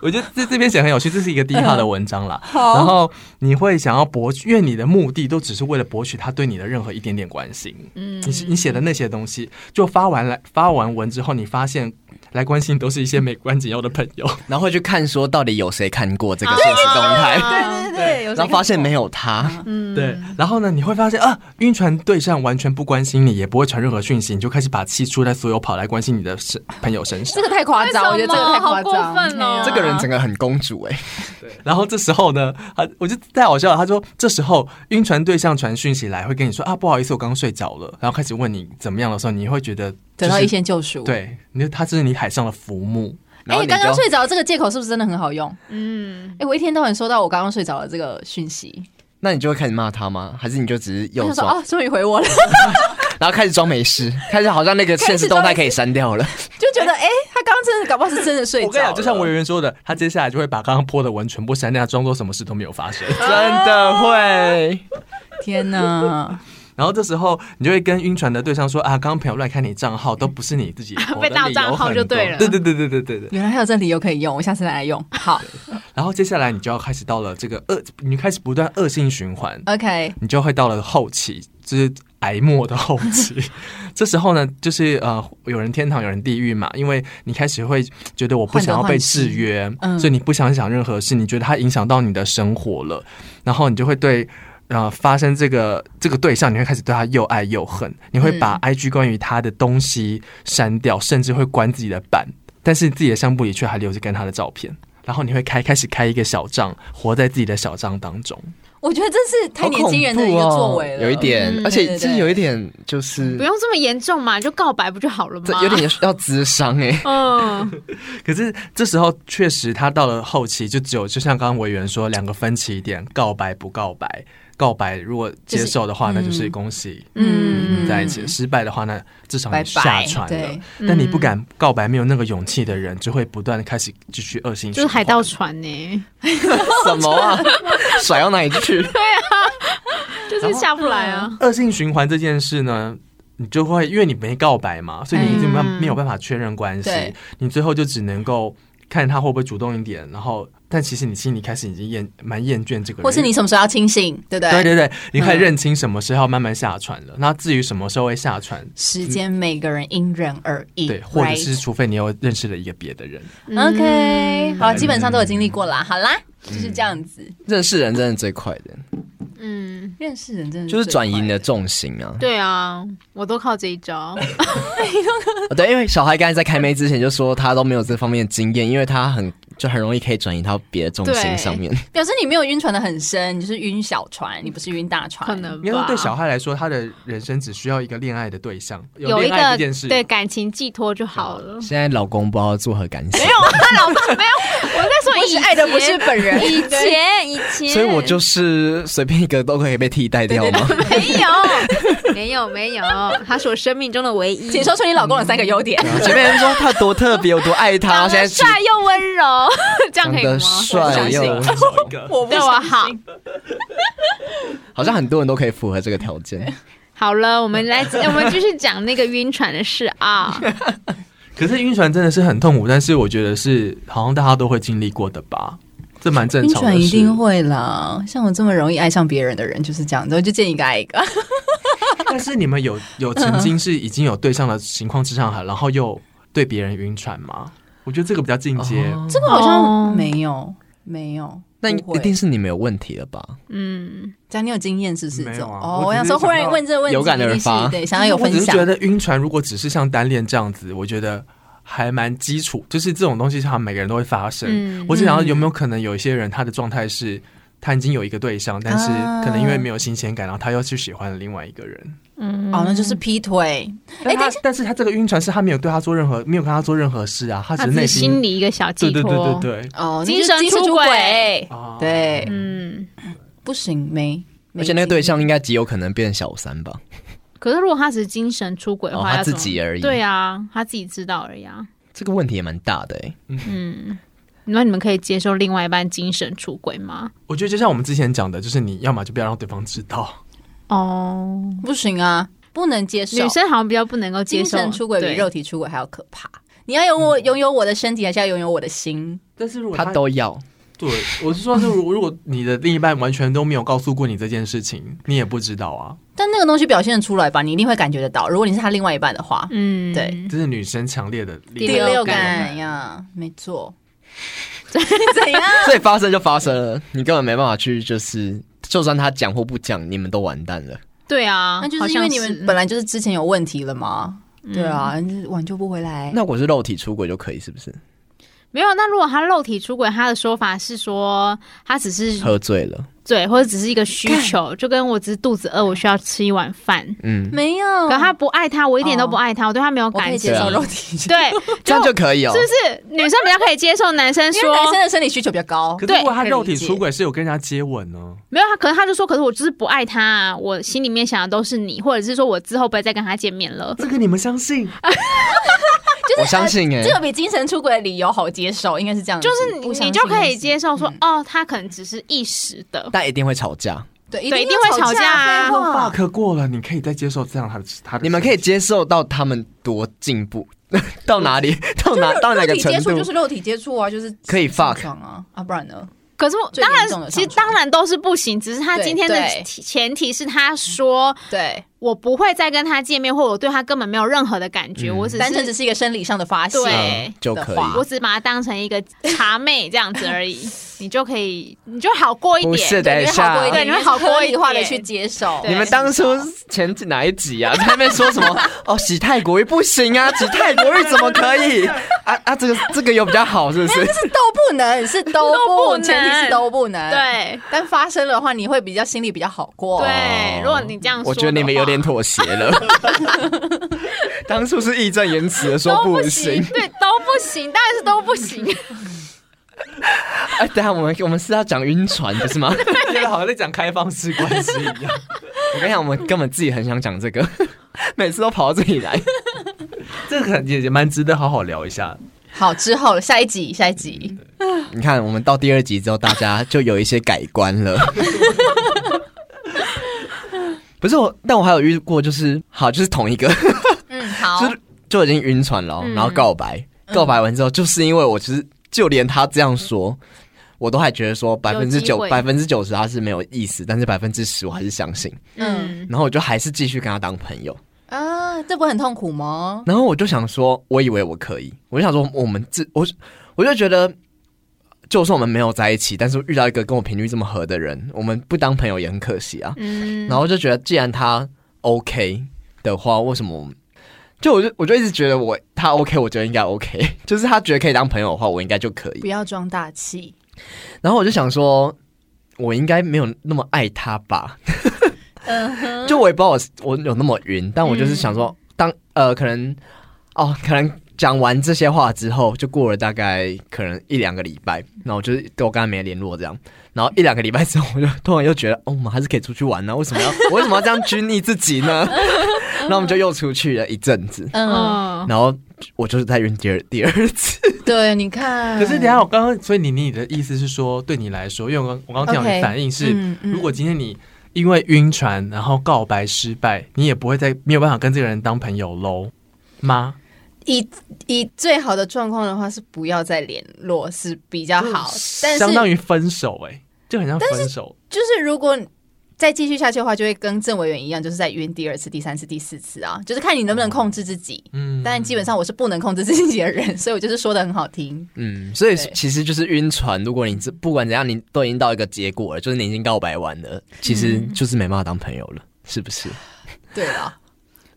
Speaker 3: 我觉得这这篇写得很有趣，这是一个低卡的文章啦。
Speaker 4: 好
Speaker 3: 然后你会想要博取，因为你的目的都只是为了博取他对你的任何一点点关心。
Speaker 1: 嗯
Speaker 3: 你你写的那些东西，就发完来发完文之后，你发现来关心都是一些没关紧要的朋友。
Speaker 2: 然后会去看说到底有谁看过这个现实动态，
Speaker 1: 对
Speaker 4: 对对，有
Speaker 2: 然后发现没有他。
Speaker 1: 嗯
Speaker 3: 对，然后呢，你会发现啊，晕船对象完全不关心你，也不会传任何讯息，你就开始把气出在所有跑来关心你的身 朋友身 上
Speaker 4: 这。个太夸张，我觉得这个太夸张，啊
Speaker 1: 为什么好过分哦
Speaker 2: 这个人整个很公主哎、
Speaker 3: 然后这时候呢，啊，我觉得太好笑了。他说，这时候晕船对象传讯息来，会跟你说啊，不好意思，我刚睡着了。然后开始问你怎么样的时候，你会觉得、就是、
Speaker 4: 得到一线救赎。，
Speaker 3: 对，你就他这是你海上的浮木。
Speaker 2: 然后
Speaker 4: 哎，
Speaker 2: 你就
Speaker 4: 刚刚睡着这个借口是不是真的很好用？
Speaker 1: 嗯，
Speaker 4: 哎，我一天到晚收到我刚刚睡着的这个讯息，
Speaker 2: 那你就会开始骂他吗？还是你就只是
Speaker 4: 他
Speaker 2: 又
Speaker 4: 说
Speaker 2: 装，
Speaker 4: 哦，终于回我了，
Speaker 2: 然后开始装没事，开始好像那个现实动态可以删掉了。
Speaker 4: 就觉得哎，他刚刚真的搞不好是真的睡
Speaker 3: 我跟你
Speaker 4: 着了。
Speaker 3: 讲，就像我圆圆说的，他接下来就会把刚刚泼的文全部删掉，装作什么事都没 有发生。
Speaker 2: 真的会，
Speaker 4: 天哪，
Speaker 3: 然后这时候你就会跟晕船的对象说啊，刚刚朋友乱开你账号，都不是你自 己投的
Speaker 1: 被盗
Speaker 3: 理由
Speaker 1: 账号
Speaker 3: 很
Speaker 1: 就
Speaker 3: 多
Speaker 1: 对了
Speaker 3: 对对对对对对对。
Speaker 4: 原来还有这理由可以用，我下次拿来用。好
Speaker 3: 然后接下来你就要开始到了这个恶，你开始不断恶性循环，
Speaker 4: ，OK，
Speaker 3: 你就会到了后期，就是癌末的后期。这时候呢，就是呃，有人天堂，有人地狱嘛。因为你开始会觉得我不想要被制约，
Speaker 4: 换得换去嗯
Speaker 3: 所以你不想想任何事，你觉得它影响到你的生活了，然后你就会对。呃，发生这个这个对象，你会开始对他又爱又恨，你会把 I G 关于他的东西删掉，甚至会关自己的版，但是自己的相簿里却还留着跟他的照片，然后你会开开始开一个小账，活在自己的小账当中。
Speaker 4: 我觉得这是太
Speaker 2: 好
Speaker 4: 年轻人的一个
Speaker 2: 恐怖哦
Speaker 4: 作为了，
Speaker 2: 有一点，
Speaker 1: 嗯
Speaker 2: 而
Speaker 4: 对
Speaker 2: 且
Speaker 4: 对
Speaker 2: 这
Speaker 4: 对
Speaker 2: 有一点就是
Speaker 1: 不用这么严重嘛，就告白不就好了
Speaker 2: 这
Speaker 1: 吗？
Speaker 2: 有点要智商 哎、
Speaker 1: 嗯，
Speaker 3: 可是这时候确实，他到了后期就只有，就像刚刚委员说，两个分歧点，告白不告白。告白如果接受的话，
Speaker 4: 就是
Speaker 3: 那就是恭喜
Speaker 1: 嗯
Speaker 3: 你们在一起；失败的话，那至少
Speaker 4: 拜
Speaker 3: 你
Speaker 4: 拜
Speaker 3: 下船了。
Speaker 4: 对
Speaker 3: 但你不敢告白，没有那个勇气的人，就会不断的开始继续恶性循环。
Speaker 1: 就是海盗船呢、
Speaker 2: 什么啊？甩到哪里去？
Speaker 1: 就是下不来啊。
Speaker 3: 恶性循环这件事呢，你就会因为你没告白嘛，所以你一直没有
Speaker 1: 嗯
Speaker 3: 没有办法确认关系
Speaker 4: 对，
Speaker 3: 你最后就只能够看他会不会主动一点，然后但其实你心里开始已经厌蛮厌倦这个人，
Speaker 4: 或是你什么时候要清醒，对不对？嗯
Speaker 3: 对对对，你可以认清什么时候慢慢下船了。那至于什么时候会下船，
Speaker 4: 时间每个人因人而异，
Speaker 3: 对，或者
Speaker 4: right？嗯
Speaker 3: 是除非你又认识了一个别的人。
Speaker 2: 嗯
Speaker 4: OK，好，基本上都有经历过啦。好啦，就是这样子。
Speaker 2: 认识人真的最快的，
Speaker 1: 嗯，
Speaker 4: 认识人真的
Speaker 2: 就是
Speaker 4: 最
Speaker 2: 转移
Speaker 4: 快
Speaker 2: 你的重心啊。
Speaker 1: 对啊，我都靠这一招。
Speaker 2: 哦对，因为小孩刚才在开麦之前就说他都没有这方面的经验，因为他很就很容易可以转移到别的重心上面。
Speaker 4: 表示你没有晕船的很深，你就是晕小船，你不是晕大船。
Speaker 1: 可能
Speaker 3: 因为
Speaker 1: 吧。
Speaker 3: 对小孩来说，他的人生只需要一个恋爱的对象，
Speaker 1: 有一
Speaker 3: 恋爱
Speaker 1: 个
Speaker 3: 这件事。
Speaker 1: 对感情寄托就好了。
Speaker 2: 现在老公不知道作何感想，
Speaker 1: 我在说
Speaker 4: 不
Speaker 1: 以
Speaker 4: 是
Speaker 1: 前
Speaker 4: 爱的不是本人，
Speaker 1: 以前以前，
Speaker 2: 所以我就是随便一个都可以被替代掉 吗？
Speaker 1: 没有没有没有，他是我生命中的唯一。
Speaker 4: 请说出你老公的三个优 点。
Speaker 2: 啊前面人说他多特别，我多爱他，
Speaker 1: 长
Speaker 2: 现在
Speaker 1: 得
Speaker 2: 只
Speaker 1: 帅又温柔， 这样
Speaker 2: 长
Speaker 1: 可以吗
Speaker 2: 得？帅又
Speaker 4: 我不
Speaker 1: 对我好。
Speaker 2: 好像很多人都可以符合这个条件。
Speaker 1: 好了，我们来，我们继续讲那个晕船的事啊。
Speaker 3: 可是晕船真的是很痛苦，但是我觉得是好像大家都会经历过的吧，这蛮正
Speaker 4: 晕
Speaker 3: 常的。
Speaker 4: 船一定。会啦，像我这么容易爱上别人的人就是这样子，我就见一个爱一
Speaker 2: 哦
Speaker 4: 个。
Speaker 3: 但是你们有有曾经是已经有对象的情况之上，然后又对别人晕船吗？我觉得这个比较进阶。
Speaker 4: 这个好像
Speaker 1: 哦
Speaker 4: 没有，没有。
Speaker 2: 那
Speaker 4: 不会
Speaker 2: 一定是你没有问题了吧？
Speaker 1: 嗯，
Speaker 4: 这样，你有经验是不是？
Speaker 3: 没
Speaker 4: 这
Speaker 3: 有
Speaker 4: 种
Speaker 3: 啊
Speaker 4: 哦，
Speaker 3: 我
Speaker 4: 我
Speaker 3: 只
Speaker 4: 想
Speaker 3: 是
Speaker 4: 说，忽
Speaker 3: 想
Speaker 4: 然
Speaker 3: 到
Speaker 4: 问这个问题，
Speaker 2: 有感而发
Speaker 4: 一定是对，想要有
Speaker 3: 我
Speaker 4: 分
Speaker 3: 只是
Speaker 4: 享
Speaker 3: 觉。得晕船如果只是像单恋这样子，我觉得还蛮基础，就是这种东西好像每个人都会发生。
Speaker 1: 嗯
Speaker 3: 我只想要有没有可能有一些人他的状态是。他已经有一个对象，但是
Speaker 4: 啊
Speaker 3: 可能因为没有新鲜感，然后他又去喜欢了另外一个人。
Speaker 4: 哦，那就是劈腿。
Speaker 3: 但他、但是他这个晕船是他没有对他做任何，没有跟他做任何事啊，他只
Speaker 1: 他
Speaker 3: 是
Speaker 1: 只
Speaker 3: 内
Speaker 1: 是
Speaker 3: 心
Speaker 1: 心里一个小寄
Speaker 3: 对对
Speaker 1: 托。
Speaker 3: 对对对
Speaker 4: 哦，那就
Speaker 1: 精
Speaker 4: 是
Speaker 1: 神
Speaker 4: 精神
Speaker 1: 出
Speaker 4: 出
Speaker 1: 轨
Speaker 4: 轨。
Speaker 3: 啊
Speaker 4: 对，
Speaker 1: 嗯，
Speaker 4: 不行，没。没
Speaker 2: 而且那个对
Speaker 4: 经
Speaker 2: 象应该极有可能变小三吧？
Speaker 1: 可是如果他只是精神出轨的
Speaker 2: 哦，
Speaker 1: 话，
Speaker 2: 他
Speaker 1: 要怎
Speaker 2: 自
Speaker 1: 么
Speaker 2: 己而已。
Speaker 1: 对，啊，他自己知道而已啊。
Speaker 2: 这个问题也蛮大的哎。
Speaker 1: 嗯，那你们可以接受另外一半精神出轨吗？
Speaker 3: 我觉得就像我们之前讲的，就是你要么就不要让对方知道，
Speaker 1: 哦，
Speaker 4: 历不行啊，不能接受。
Speaker 1: 女生好像比较不能够接
Speaker 4: 精
Speaker 1: 受
Speaker 4: 神出轨比
Speaker 1: 对
Speaker 4: 肉体出轨还要可怕。你要拥我拥有我的身体，还是要拥有我的心？
Speaker 3: 但是如果
Speaker 2: 他都要，
Speaker 3: 对，我是说，是如如果你的另一半完全都没有告诉过你这件事情，你也不知道啊。
Speaker 4: 但那个东西表现得出来吧，你一定会感觉得到。如果你是他另外一半的话，
Speaker 1: 嗯，
Speaker 4: 对
Speaker 3: 这是女生强烈的
Speaker 1: 第
Speaker 3: 力
Speaker 1: 六
Speaker 4: 第
Speaker 3: 量。
Speaker 4: 六
Speaker 1: 感
Speaker 4: 感呀，没错。 怎样？
Speaker 2: 所以发生就发生了，你根本没办法去，就是就算他讲或不讲，你们都完蛋了。
Speaker 1: 对啊，
Speaker 4: 那就
Speaker 1: 好
Speaker 4: 是因
Speaker 1: 像
Speaker 4: 为
Speaker 1: 是嗯
Speaker 4: 你们本来就是嗯之前有问题了嘛。对啊，就是挽救不回
Speaker 1: 哎
Speaker 4: 来。
Speaker 2: 那我是肉体出轨就可以，是不是？
Speaker 1: 没有。那如果他肉体出轨，他的说法是说他只是
Speaker 2: 喝醉了，
Speaker 1: 对，或者只是一个需求，就跟我只是肚子饿，我需要吃一碗饭。
Speaker 2: 嗯，
Speaker 4: 没有，
Speaker 1: 可他不爱他，我一点都不爱他，我对他没有
Speaker 4: 哦我可
Speaker 1: 感
Speaker 4: 以
Speaker 1: 情
Speaker 4: 接。受
Speaker 2: 对啊
Speaker 4: 肉体，
Speaker 1: 对，
Speaker 2: 这样就可以哦
Speaker 1: 是。不是女生比较可以接受男生
Speaker 4: 因为男
Speaker 1: 说
Speaker 4: 生的生理需求比较高。
Speaker 3: 可是
Speaker 1: 对
Speaker 3: 如果他肉体
Speaker 4: 可以理解
Speaker 3: 出轨是有跟人家接吻呢？
Speaker 1: 没有他，可能他就说，可是我就是不爱他、啊，我心里面想的都是你，或者是说我之后不会再跟他见面了。
Speaker 3: 这个你们相信？
Speaker 4: 啊
Speaker 2: 我相信哎、
Speaker 4: 这个比精神出轨的理由好接受，应该是这样子。
Speaker 1: 就是
Speaker 4: 不
Speaker 1: 你
Speaker 4: 相
Speaker 1: 你
Speaker 4: 信嗯
Speaker 1: 就可以
Speaker 4: 是
Speaker 1: 接受说，哦，他可能只是一时的，
Speaker 2: 但一定会吵架。
Speaker 4: 对，
Speaker 1: 对
Speaker 4: 一
Speaker 1: 一定会
Speaker 4: 要
Speaker 1: 吵架啊
Speaker 4: 废话
Speaker 3: fuck 过了，你可以再接受这样他的他的。
Speaker 2: 你们可以接受到他们多进步 到哪里， 到哪到哪
Speaker 4: 肉
Speaker 2: 个
Speaker 4: 体
Speaker 2: 程
Speaker 4: 接触
Speaker 2: 度
Speaker 4: 就？是肉体接触啊，就是
Speaker 2: 可以
Speaker 4: 上
Speaker 2: fuck
Speaker 4: 床啊啊，不然呢？
Speaker 1: 可是我
Speaker 4: 最
Speaker 1: 当
Speaker 4: 严重的
Speaker 1: 然，
Speaker 4: 上
Speaker 1: 其实
Speaker 4: 床
Speaker 1: 当然都是不行，只是他
Speaker 4: 对
Speaker 1: 今天的
Speaker 4: 对
Speaker 1: 提前提是他说
Speaker 4: 对，
Speaker 1: 我不会再跟他见面，或我对他根本没有任何的感觉，
Speaker 2: 嗯
Speaker 1: 我只
Speaker 4: 单纯只
Speaker 1: 是
Speaker 4: 是一个生理上的发泄。
Speaker 1: 对
Speaker 2: 就可
Speaker 4: 的话
Speaker 1: 我
Speaker 2: 以。
Speaker 1: 只把他当成一个茶妹这样子而 已，你就可以，你就好过一
Speaker 2: 不
Speaker 1: 点。
Speaker 2: 是，等一
Speaker 4: 你会好
Speaker 2: 下
Speaker 4: 过一，点，
Speaker 1: 对你会
Speaker 4: 是
Speaker 1: 好过
Speaker 4: 合
Speaker 1: 一
Speaker 4: 理化的
Speaker 1: 点
Speaker 4: 去接受。
Speaker 1: 对
Speaker 2: 你们当初前几哪一集啊，在 那边说什么？哦，洗泰国浴不行啊，洗泰国浴怎么可以？啊啊，这个这个有比较好，是不是？
Speaker 4: 是都不能，是都
Speaker 1: 都不
Speaker 4: 不，
Speaker 1: 能
Speaker 4: 前提是都不能。，
Speaker 1: 对
Speaker 4: 但发生了的话，你会比较心里比较好过。
Speaker 1: 对，如果你这样说，
Speaker 2: 我觉得你们有点。妥协了。当初是义正言辞的说
Speaker 1: 都不
Speaker 2: 行。
Speaker 1: 对，都不行，当然是都不 行。
Speaker 2: 哎，等一下我们我们是要讲晕船不 是吗？我
Speaker 3: 觉啊得好像在讲开放式关系一样。
Speaker 2: 跟你讲，我们根本自己很想讲这个， 每次都跑到这里来。
Speaker 3: 这个也也蛮值得好好聊一下。
Speaker 4: 好，之后了下一集，下一集
Speaker 2: 你看，我们到第二集之后，大家就有一些改观 了。不是我，但我还有遇过，就是好，就是同一个，
Speaker 4: 嗯，好
Speaker 2: 就是就已经晕船了哦，
Speaker 1: 嗯
Speaker 2: 然后告白，告白完之后，就是因为我其实就连他这样说，我都还觉得说百分之
Speaker 1: 有机
Speaker 2: 九
Speaker 1: 会
Speaker 2: 百分之九十他是没有意思，但是百分之十我还是相信，
Speaker 4: 嗯
Speaker 1: 嗯，
Speaker 2: 然后我就还是继续跟他当朋友。
Speaker 4: 啊，这不会很痛苦吗？
Speaker 2: 然后我就想说，我以为我可以，我就想说，我们这我我就觉得就算我们没有在一起，但是遇到一个跟我频率这么合的人，我们不当朋友也很可惜啊。
Speaker 1: 嗯，
Speaker 2: 然后就觉得，既然他 OK 的话，为什么我？就我就我就一直觉得我他 OK，我觉得应该 OK，就是 他觉得可以当朋友的话，我应该就可以
Speaker 4: 不。要装大气，
Speaker 2: 然后我就想说，我应该没有那么爱他吧？
Speaker 4: 嗯哼，嗯
Speaker 2: 就我也不知道我是我有那么晕，但我就是想说，当呃可能哦可能讲完这些话之后，就过了大概可能一两个礼拜，然后我就是都跟他没联络这样，然后一两个礼拜之后，我就突然又觉得， 哦，我们还是可以出去玩呢、为什么要 我为什么要这样拘泥自己呢？然后我们就又出去了一阵子，
Speaker 4: 嗯，
Speaker 1: 嗯，
Speaker 2: 然后我就是在晕第二第二次，
Speaker 4: 对，你看，
Speaker 3: 可是等一下我刚刚，所以你你的意思是说，对你来说，因为我刚我刚刚听到你
Speaker 4: OK，
Speaker 3: 反应是
Speaker 4: 嗯嗯
Speaker 3: 如果今天你因为晕船然后告白失败，你也不会再没有办法跟这个人当朋友喽吗？
Speaker 4: 以以最好的状况的话是不要再联络是比较好，但是
Speaker 3: 嗯相当于分手哎、就很像分手。
Speaker 4: 就是如果再继续下去的话，就会跟郑委员一样，就是在晕第二次、第三次、第四次啊，就是看你能不能控制自己。
Speaker 3: 嗯，
Speaker 4: 但基本上我是不能控制自己的人，所以我就是说的很好听。
Speaker 2: 嗯，所以
Speaker 4: 对
Speaker 2: 其实就是晕船。如果你这不管怎样，你都已经到一个结果了，就是你已经告白完了，其实
Speaker 4: 嗯
Speaker 2: 就是没办法当朋友了，是不是？
Speaker 4: 对啦，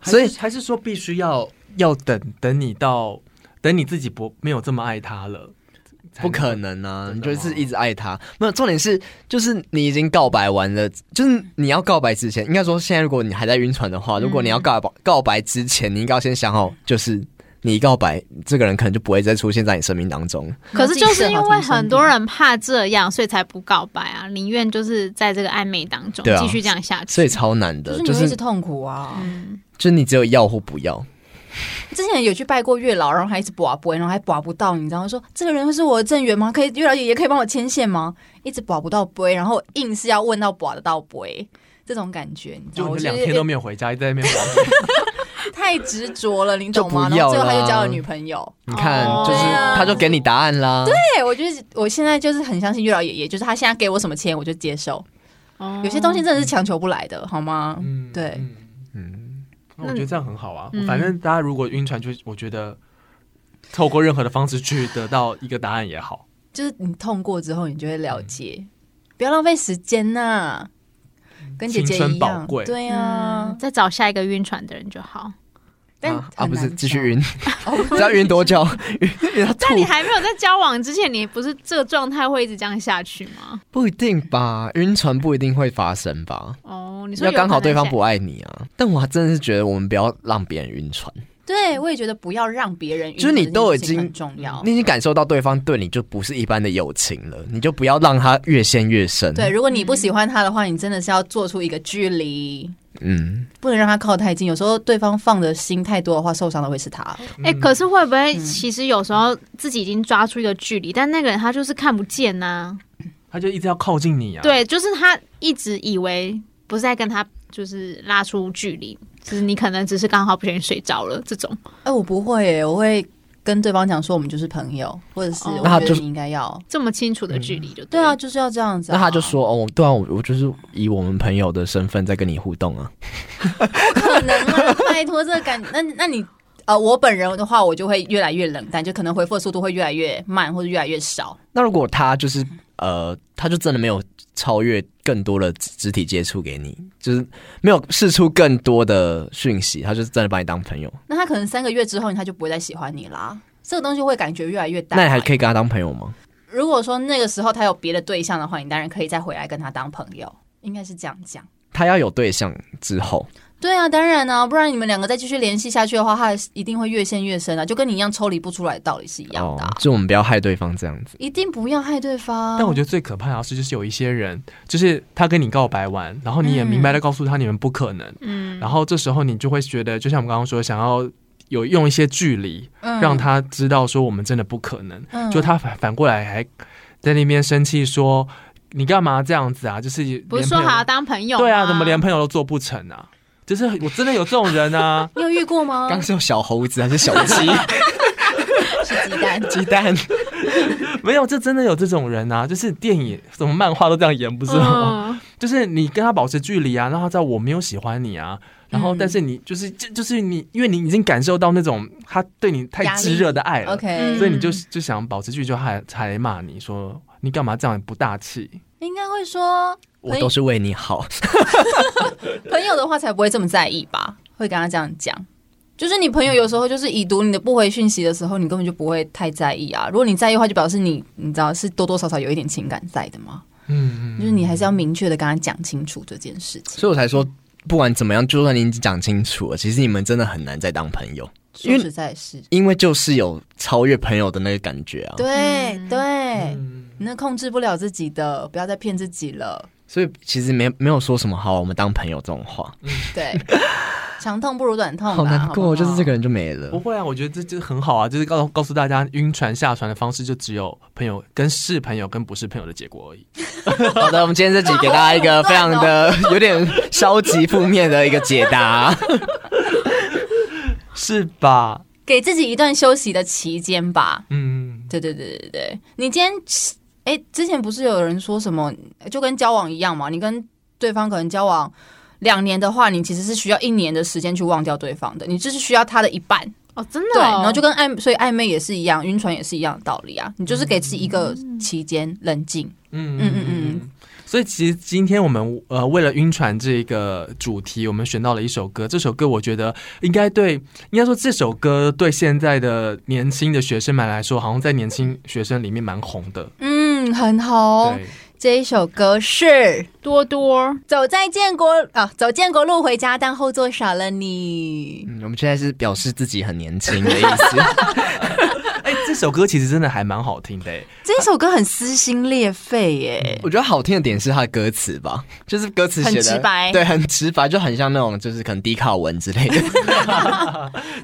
Speaker 3: 所
Speaker 2: 所
Speaker 3: 以
Speaker 2: 以
Speaker 3: 还是说必须要要等等你到等你自己不没有这么爱他了，才
Speaker 2: 不可。能啊！
Speaker 3: 真
Speaker 2: 你
Speaker 3: 的
Speaker 2: 就
Speaker 3: 吗
Speaker 2: 是一直爱他，没有重点是，就是你已经告白完了，就是你要告白之前，应该说现在如果你还在晕船的
Speaker 4: 嗯
Speaker 2: 话，如果你要告白、告白之前，你应该要先想好，就是你一告白，这个人可能就不会再出现在你生命当中。
Speaker 1: 可是就是因为很多人怕这样，所以才不告白啊，宁愿就是在这个暧昧当中
Speaker 2: 对啊
Speaker 1: 继续这样下去。
Speaker 2: 所以超难
Speaker 4: 就
Speaker 2: 的，
Speaker 4: 是
Speaker 3: 呃
Speaker 4: 你
Speaker 2: 就
Speaker 4: 会一直
Speaker 2: 是
Speaker 4: 痛苦啊。
Speaker 2: 就是你只有要或不要，
Speaker 4: 之前有去拜过月老，然后还一直卜卜，然后还卜不到，你知道吗？说这个人会是我的正缘吗？可以月老也可以帮我牵线吗？一直卜不到卜，然后硬是要问到卜得到卜，这种感觉，你知
Speaker 3: 就
Speaker 4: 道吗？啊我
Speaker 3: 你们
Speaker 4: 就
Speaker 3: 两
Speaker 4: 是
Speaker 3: 天都没有回家，一直在那边玩。
Speaker 4: 太执着了，你懂吗？
Speaker 2: 就不
Speaker 4: 然
Speaker 2: 要
Speaker 4: 后
Speaker 2: 啦
Speaker 4: 最后他就交了女朋友。
Speaker 2: 你看，
Speaker 1: 哦
Speaker 2: 就是
Speaker 4: 对啊
Speaker 2: 他就给你答案啦。
Speaker 4: 对，啊我就是我现在就是很相信月老爷爷，就是他现在给我什么钱我就接受，
Speaker 1: 哦
Speaker 4: 有些东西真的是强求不来的，好吗？
Speaker 3: 嗯，
Speaker 4: 对
Speaker 3: 嗯，
Speaker 2: 嗯，
Speaker 3: 那我觉得这样很好啊。
Speaker 1: 嗯
Speaker 3: 反正大家如果晕船，就我觉得透过任何的方式去得到一个答案也好。
Speaker 4: 就是你痛过之后，你就会了解，不要浪费时间呐、跟姐姐
Speaker 3: 青春
Speaker 4: 一样
Speaker 3: 宝，贵
Speaker 4: 对啊
Speaker 1: 嗯，，再找下一个晕船的人就好。
Speaker 4: 但
Speaker 2: 啊啊
Speaker 4: 很
Speaker 2: 不是
Speaker 4: 难
Speaker 2: 继续
Speaker 4: 找
Speaker 2: 晕，
Speaker 1: 哦
Speaker 2: 只要晕多久？晕晕到
Speaker 1: 但你
Speaker 2: 吐
Speaker 1: 还没有在交往之前，你不是这个状态会一直这样下去吗？
Speaker 2: 不一定吧？晕船不一定会发生吧？
Speaker 1: 哦，你说
Speaker 2: 要
Speaker 1: 有
Speaker 2: 刚好
Speaker 1: 可能
Speaker 2: 对方
Speaker 1: 想
Speaker 2: 不爱你啊！但我还真的是觉得我们不要让别人晕船，
Speaker 4: 对我也觉得不要让别人晕，
Speaker 2: 就是你都已经
Speaker 4: 这件事情很
Speaker 1: 哦
Speaker 4: 重要。
Speaker 2: 你已经感受到对方对你就不是一般的友情了，你就不要让他越陷越深。
Speaker 4: 对，，如果你不喜欢他的话，你真的是要做出一个距离，
Speaker 2: 嗯，
Speaker 4: 不能让他靠太近。有时候对方放的心太多的话，受伤的会是他。
Speaker 1: 哎、
Speaker 2: 嗯
Speaker 1: 可是会不会其实有时候自己已经抓住一个距离，但那个人他就是看不见啊呐、
Speaker 3: 他就一直要靠近你啊。，
Speaker 1: 对，就是他一直以为不是在跟他就是拉出距离，就是你可能只是刚好不小心睡着了这种。
Speaker 4: 哎、我不会耶，我会跟对方讲说我们就是朋友，或者是
Speaker 1: 哦
Speaker 4: 我
Speaker 2: 那
Speaker 4: 觉
Speaker 2: 他
Speaker 4: 得
Speaker 2: 就
Speaker 4: 你应该要，
Speaker 1: 这么清楚的距离就
Speaker 4: 对
Speaker 1: 了
Speaker 4: 啊，。就是要这样子、
Speaker 2: 那他就，说哦，我对啊，我我就是以我们朋友的身份在跟你互动啊。
Speaker 4: 不可能啊，拜托，这个感，那那你。呃，我本人的话，我就会越来越冷淡，就可能回复的速度会越来越慢，或者越来越少。
Speaker 2: 那如果他就是呃，他就真的没有超越更多的肢肢体接触给你，就是没有试出更多的讯息，他就是真的把你当朋友，
Speaker 4: 那他可能三个月之后，他就不会再喜欢你啦。这个东西会感觉越来越淡。
Speaker 2: 那你还可以跟他当朋友吗？
Speaker 4: 如果说那个时候他有别的对象的话，你当然可以再回来跟他当朋友，应该是这样讲。
Speaker 2: 他要有对象之后，
Speaker 4: 对啊，当然啊，不然你们两个再继续联系下去的话，他一定会越陷越深啊，就跟你一样抽离不出来的道理是一样的啊、
Speaker 2: 哦，就我们不要害对方这样子。
Speaker 4: 一定不要害对方。
Speaker 3: 但我觉得最可怕的是，就是有一些人，就是他跟你告白完，然后你也明白的告诉他你们不可能，
Speaker 1: 嗯，
Speaker 3: 然后这时候你就会觉得，就像我们刚刚说，想要有用一些距离，
Speaker 4: 嗯
Speaker 3: 让他知道说我们真的不可能。
Speaker 4: 嗯
Speaker 3: 就他反反过来还在那边生气说：“你干嘛这样子啊？就是连
Speaker 1: 不是说
Speaker 3: 朋友
Speaker 1: 好要当朋友吗？
Speaker 3: 对啊，怎么连朋友都做不成啊？就是
Speaker 4: ，
Speaker 3: 我真的有这种人啊
Speaker 2: 嗯
Speaker 4: 你有遇过吗？
Speaker 2: 刚是有小猴子还是小鸡？
Speaker 4: 是鸡蛋，
Speaker 2: 鸡蛋，
Speaker 3: 没有，这真的有这种人啊，就是电影什么漫画都这样演，不是
Speaker 4: 嗯
Speaker 3: 吗？
Speaker 1: 嗯
Speaker 3: 就是你跟他保持距离啊，让他知道我没有喜欢你啊。然后，
Speaker 4: 嗯
Speaker 3: 但是你就是就就是你，因为你已经感受到那种他对你太
Speaker 4: 压力
Speaker 3: 炙热的爱了
Speaker 4: OK，、
Speaker 3: 所以你就
Speaker 1: 嗯
Speaker 3: 就想保持距离，就还还骂你说你干嘛这样不大气？
Speaker 4: 应该会说
Speaker 2: 我都是为你好。
Speaker 4: 朋友的话才不会这么在意吧？会跟他这样讲，就是你朋友有时候就是已读你的不回讯息的时候，你根本就不会太在意啊。如果你在意的话，就表示你你知道是多多少少有一点情感在的嘛，
Speaker 3: 嗯，
Speaker 4: 就是你还是要明确的跟他讲清楚这件事情。
Speaker 2: 所以我才说，不管怎么样，就算你已经讲清楚了，其实你们真的很难再当朋友，因
Speaker 4: 说
Speaker 2: 为
Speaker 4: 实在是，
Speaker 2: 因为就是有超越朋友的那个感觉啊。
Speaker 4: 对、
Speaker 1: 嗯
Speaker 4: 对，你那控制不了自己的，不要再骗自己了。
Speaker 2: 所以其实没没有说什么好，我们当朋友这种话，
Speaker 4: 对，长痛不如短痛啦，
Speaker 2: 好难
Speaker 4: 不
Speaker 2: 过，就是这个人就没
Speaker 3: 不
Speaker 2: 了。
Speaker 3: 会啊，我觉得这这很好啊，就是告告诉大家，晕船下船的方式就只有朋友跟是朋友跟不是朋友的结果而已。
Speaker 2: 好的，我们今天这集给大家一个非常的有点消极负面的一个解答。
Speaker 3: 是吧？
Speaker 4: 给自己一段休息的期间吧。
Speaker 3: 嗯，
Speaker 4: 对对对对对，你今天哎、之前不是有人说什么，就跟交往一样嘛？你跟对方可能交往两年的话，你其实是需要一年的时间去忘掉对方的，你就是需要他的一半。
Speaker 1: 哦，真
Speaker 4: 对，
Speaker 1: 的、哦，
Speaker 4: 然后就跟暧，所以暧昧也是一样，晕船也是一样的道理啊。你就是给自己一个期间冷静。
Speaker 3: 嗯
Speaker 4: 嗯嗯嗯。
Speaker 3: 所以其实今天我们呃为了晕船这个主题，我们选到了一首歌。这首歌我觉得应该对，应该说这首歌对现在的年轻的学生们来说，好像在年轻学生里面蛮红的。
Speaker 4: 嗯，很好。
Speaker 3: 对，
Speaker 4: 这一首歌是。
Speaker 1: 多多
Speaker 4: 走在建国啊，走建国路回家，但后座少了你。
Speaker 2: 嗯，我们现在是表示自己很年轻的意思。
Speaker 3: 哎，这首歌其实真的还蛮好听的。哎
Speaker 4: 这首歌很撕心裂肺耶，
Speaker 2: 我觉得好听的点是它的歌词吧，就是歌词写的
Speaker 4: 很直白
Speaker 2: 对，很直白，就很像那种就是可能低卡文之类的。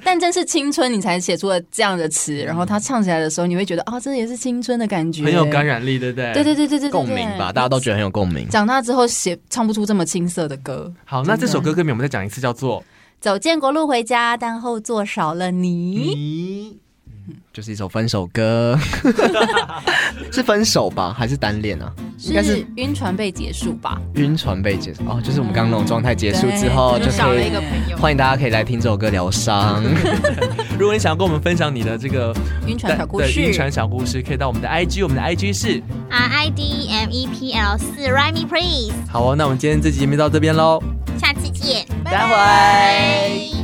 Speaker 4: 但正是青春，你才写出了这样的词。然后他唱起来的时候，你会觉得啊、这也是青春的感觉，
Speaker 3: 很有感。染力，对不对？
Speaker 4: 对对对对对，对
Speaker 2: 共鸣吧，大家都觉得很有共鸣。
Speaker 4: 长大之后写唱不出这么青涩的歌。
Speaker 3: 好，那这首歌歌名我们再讲一次，叫做
Speaker 4: 走建国路回家，但后座少了
Speaker 3: 《
Speaker 2: 嗯
Speaker 4: 你。
Speaker 3: 你
Speaker 2: 就是一首分手歌， 是分手吧，还是单恋啊？应该
Speaker 4: 是
Speaker 2: 是
Speaker 4: 晕船被结束吧？
Speaker 2: 晕船被结束哦，就是我们刚刚那种状态结束之后，
Speaker 4: 对
Speaker 2: 就
Speaker 1: 少
Speaker 2: 可
Speaker 1: 了
Speaker 2: 以
Speaker 1: 一个朋友。
Speaker 2: 欢迎大家可以来听这首歌疗伤。
Speaker 3: 如果你想要跟我们分享你的这个
Speaker 4: 晕船小故
Speaker 3: 对晕
Speaker 4: 事。
Speaker 3: 船小故事，可以到我们的 IG，我们的 IG 是
Speaker 1: R I D E M E P L 四 r i m e Please，
Speaker 3: 好哦。那我们今天这集节目到这边喽。
Speaker 1: 下次见，
Speaker 4: 待会儿
Speaker 1: 拜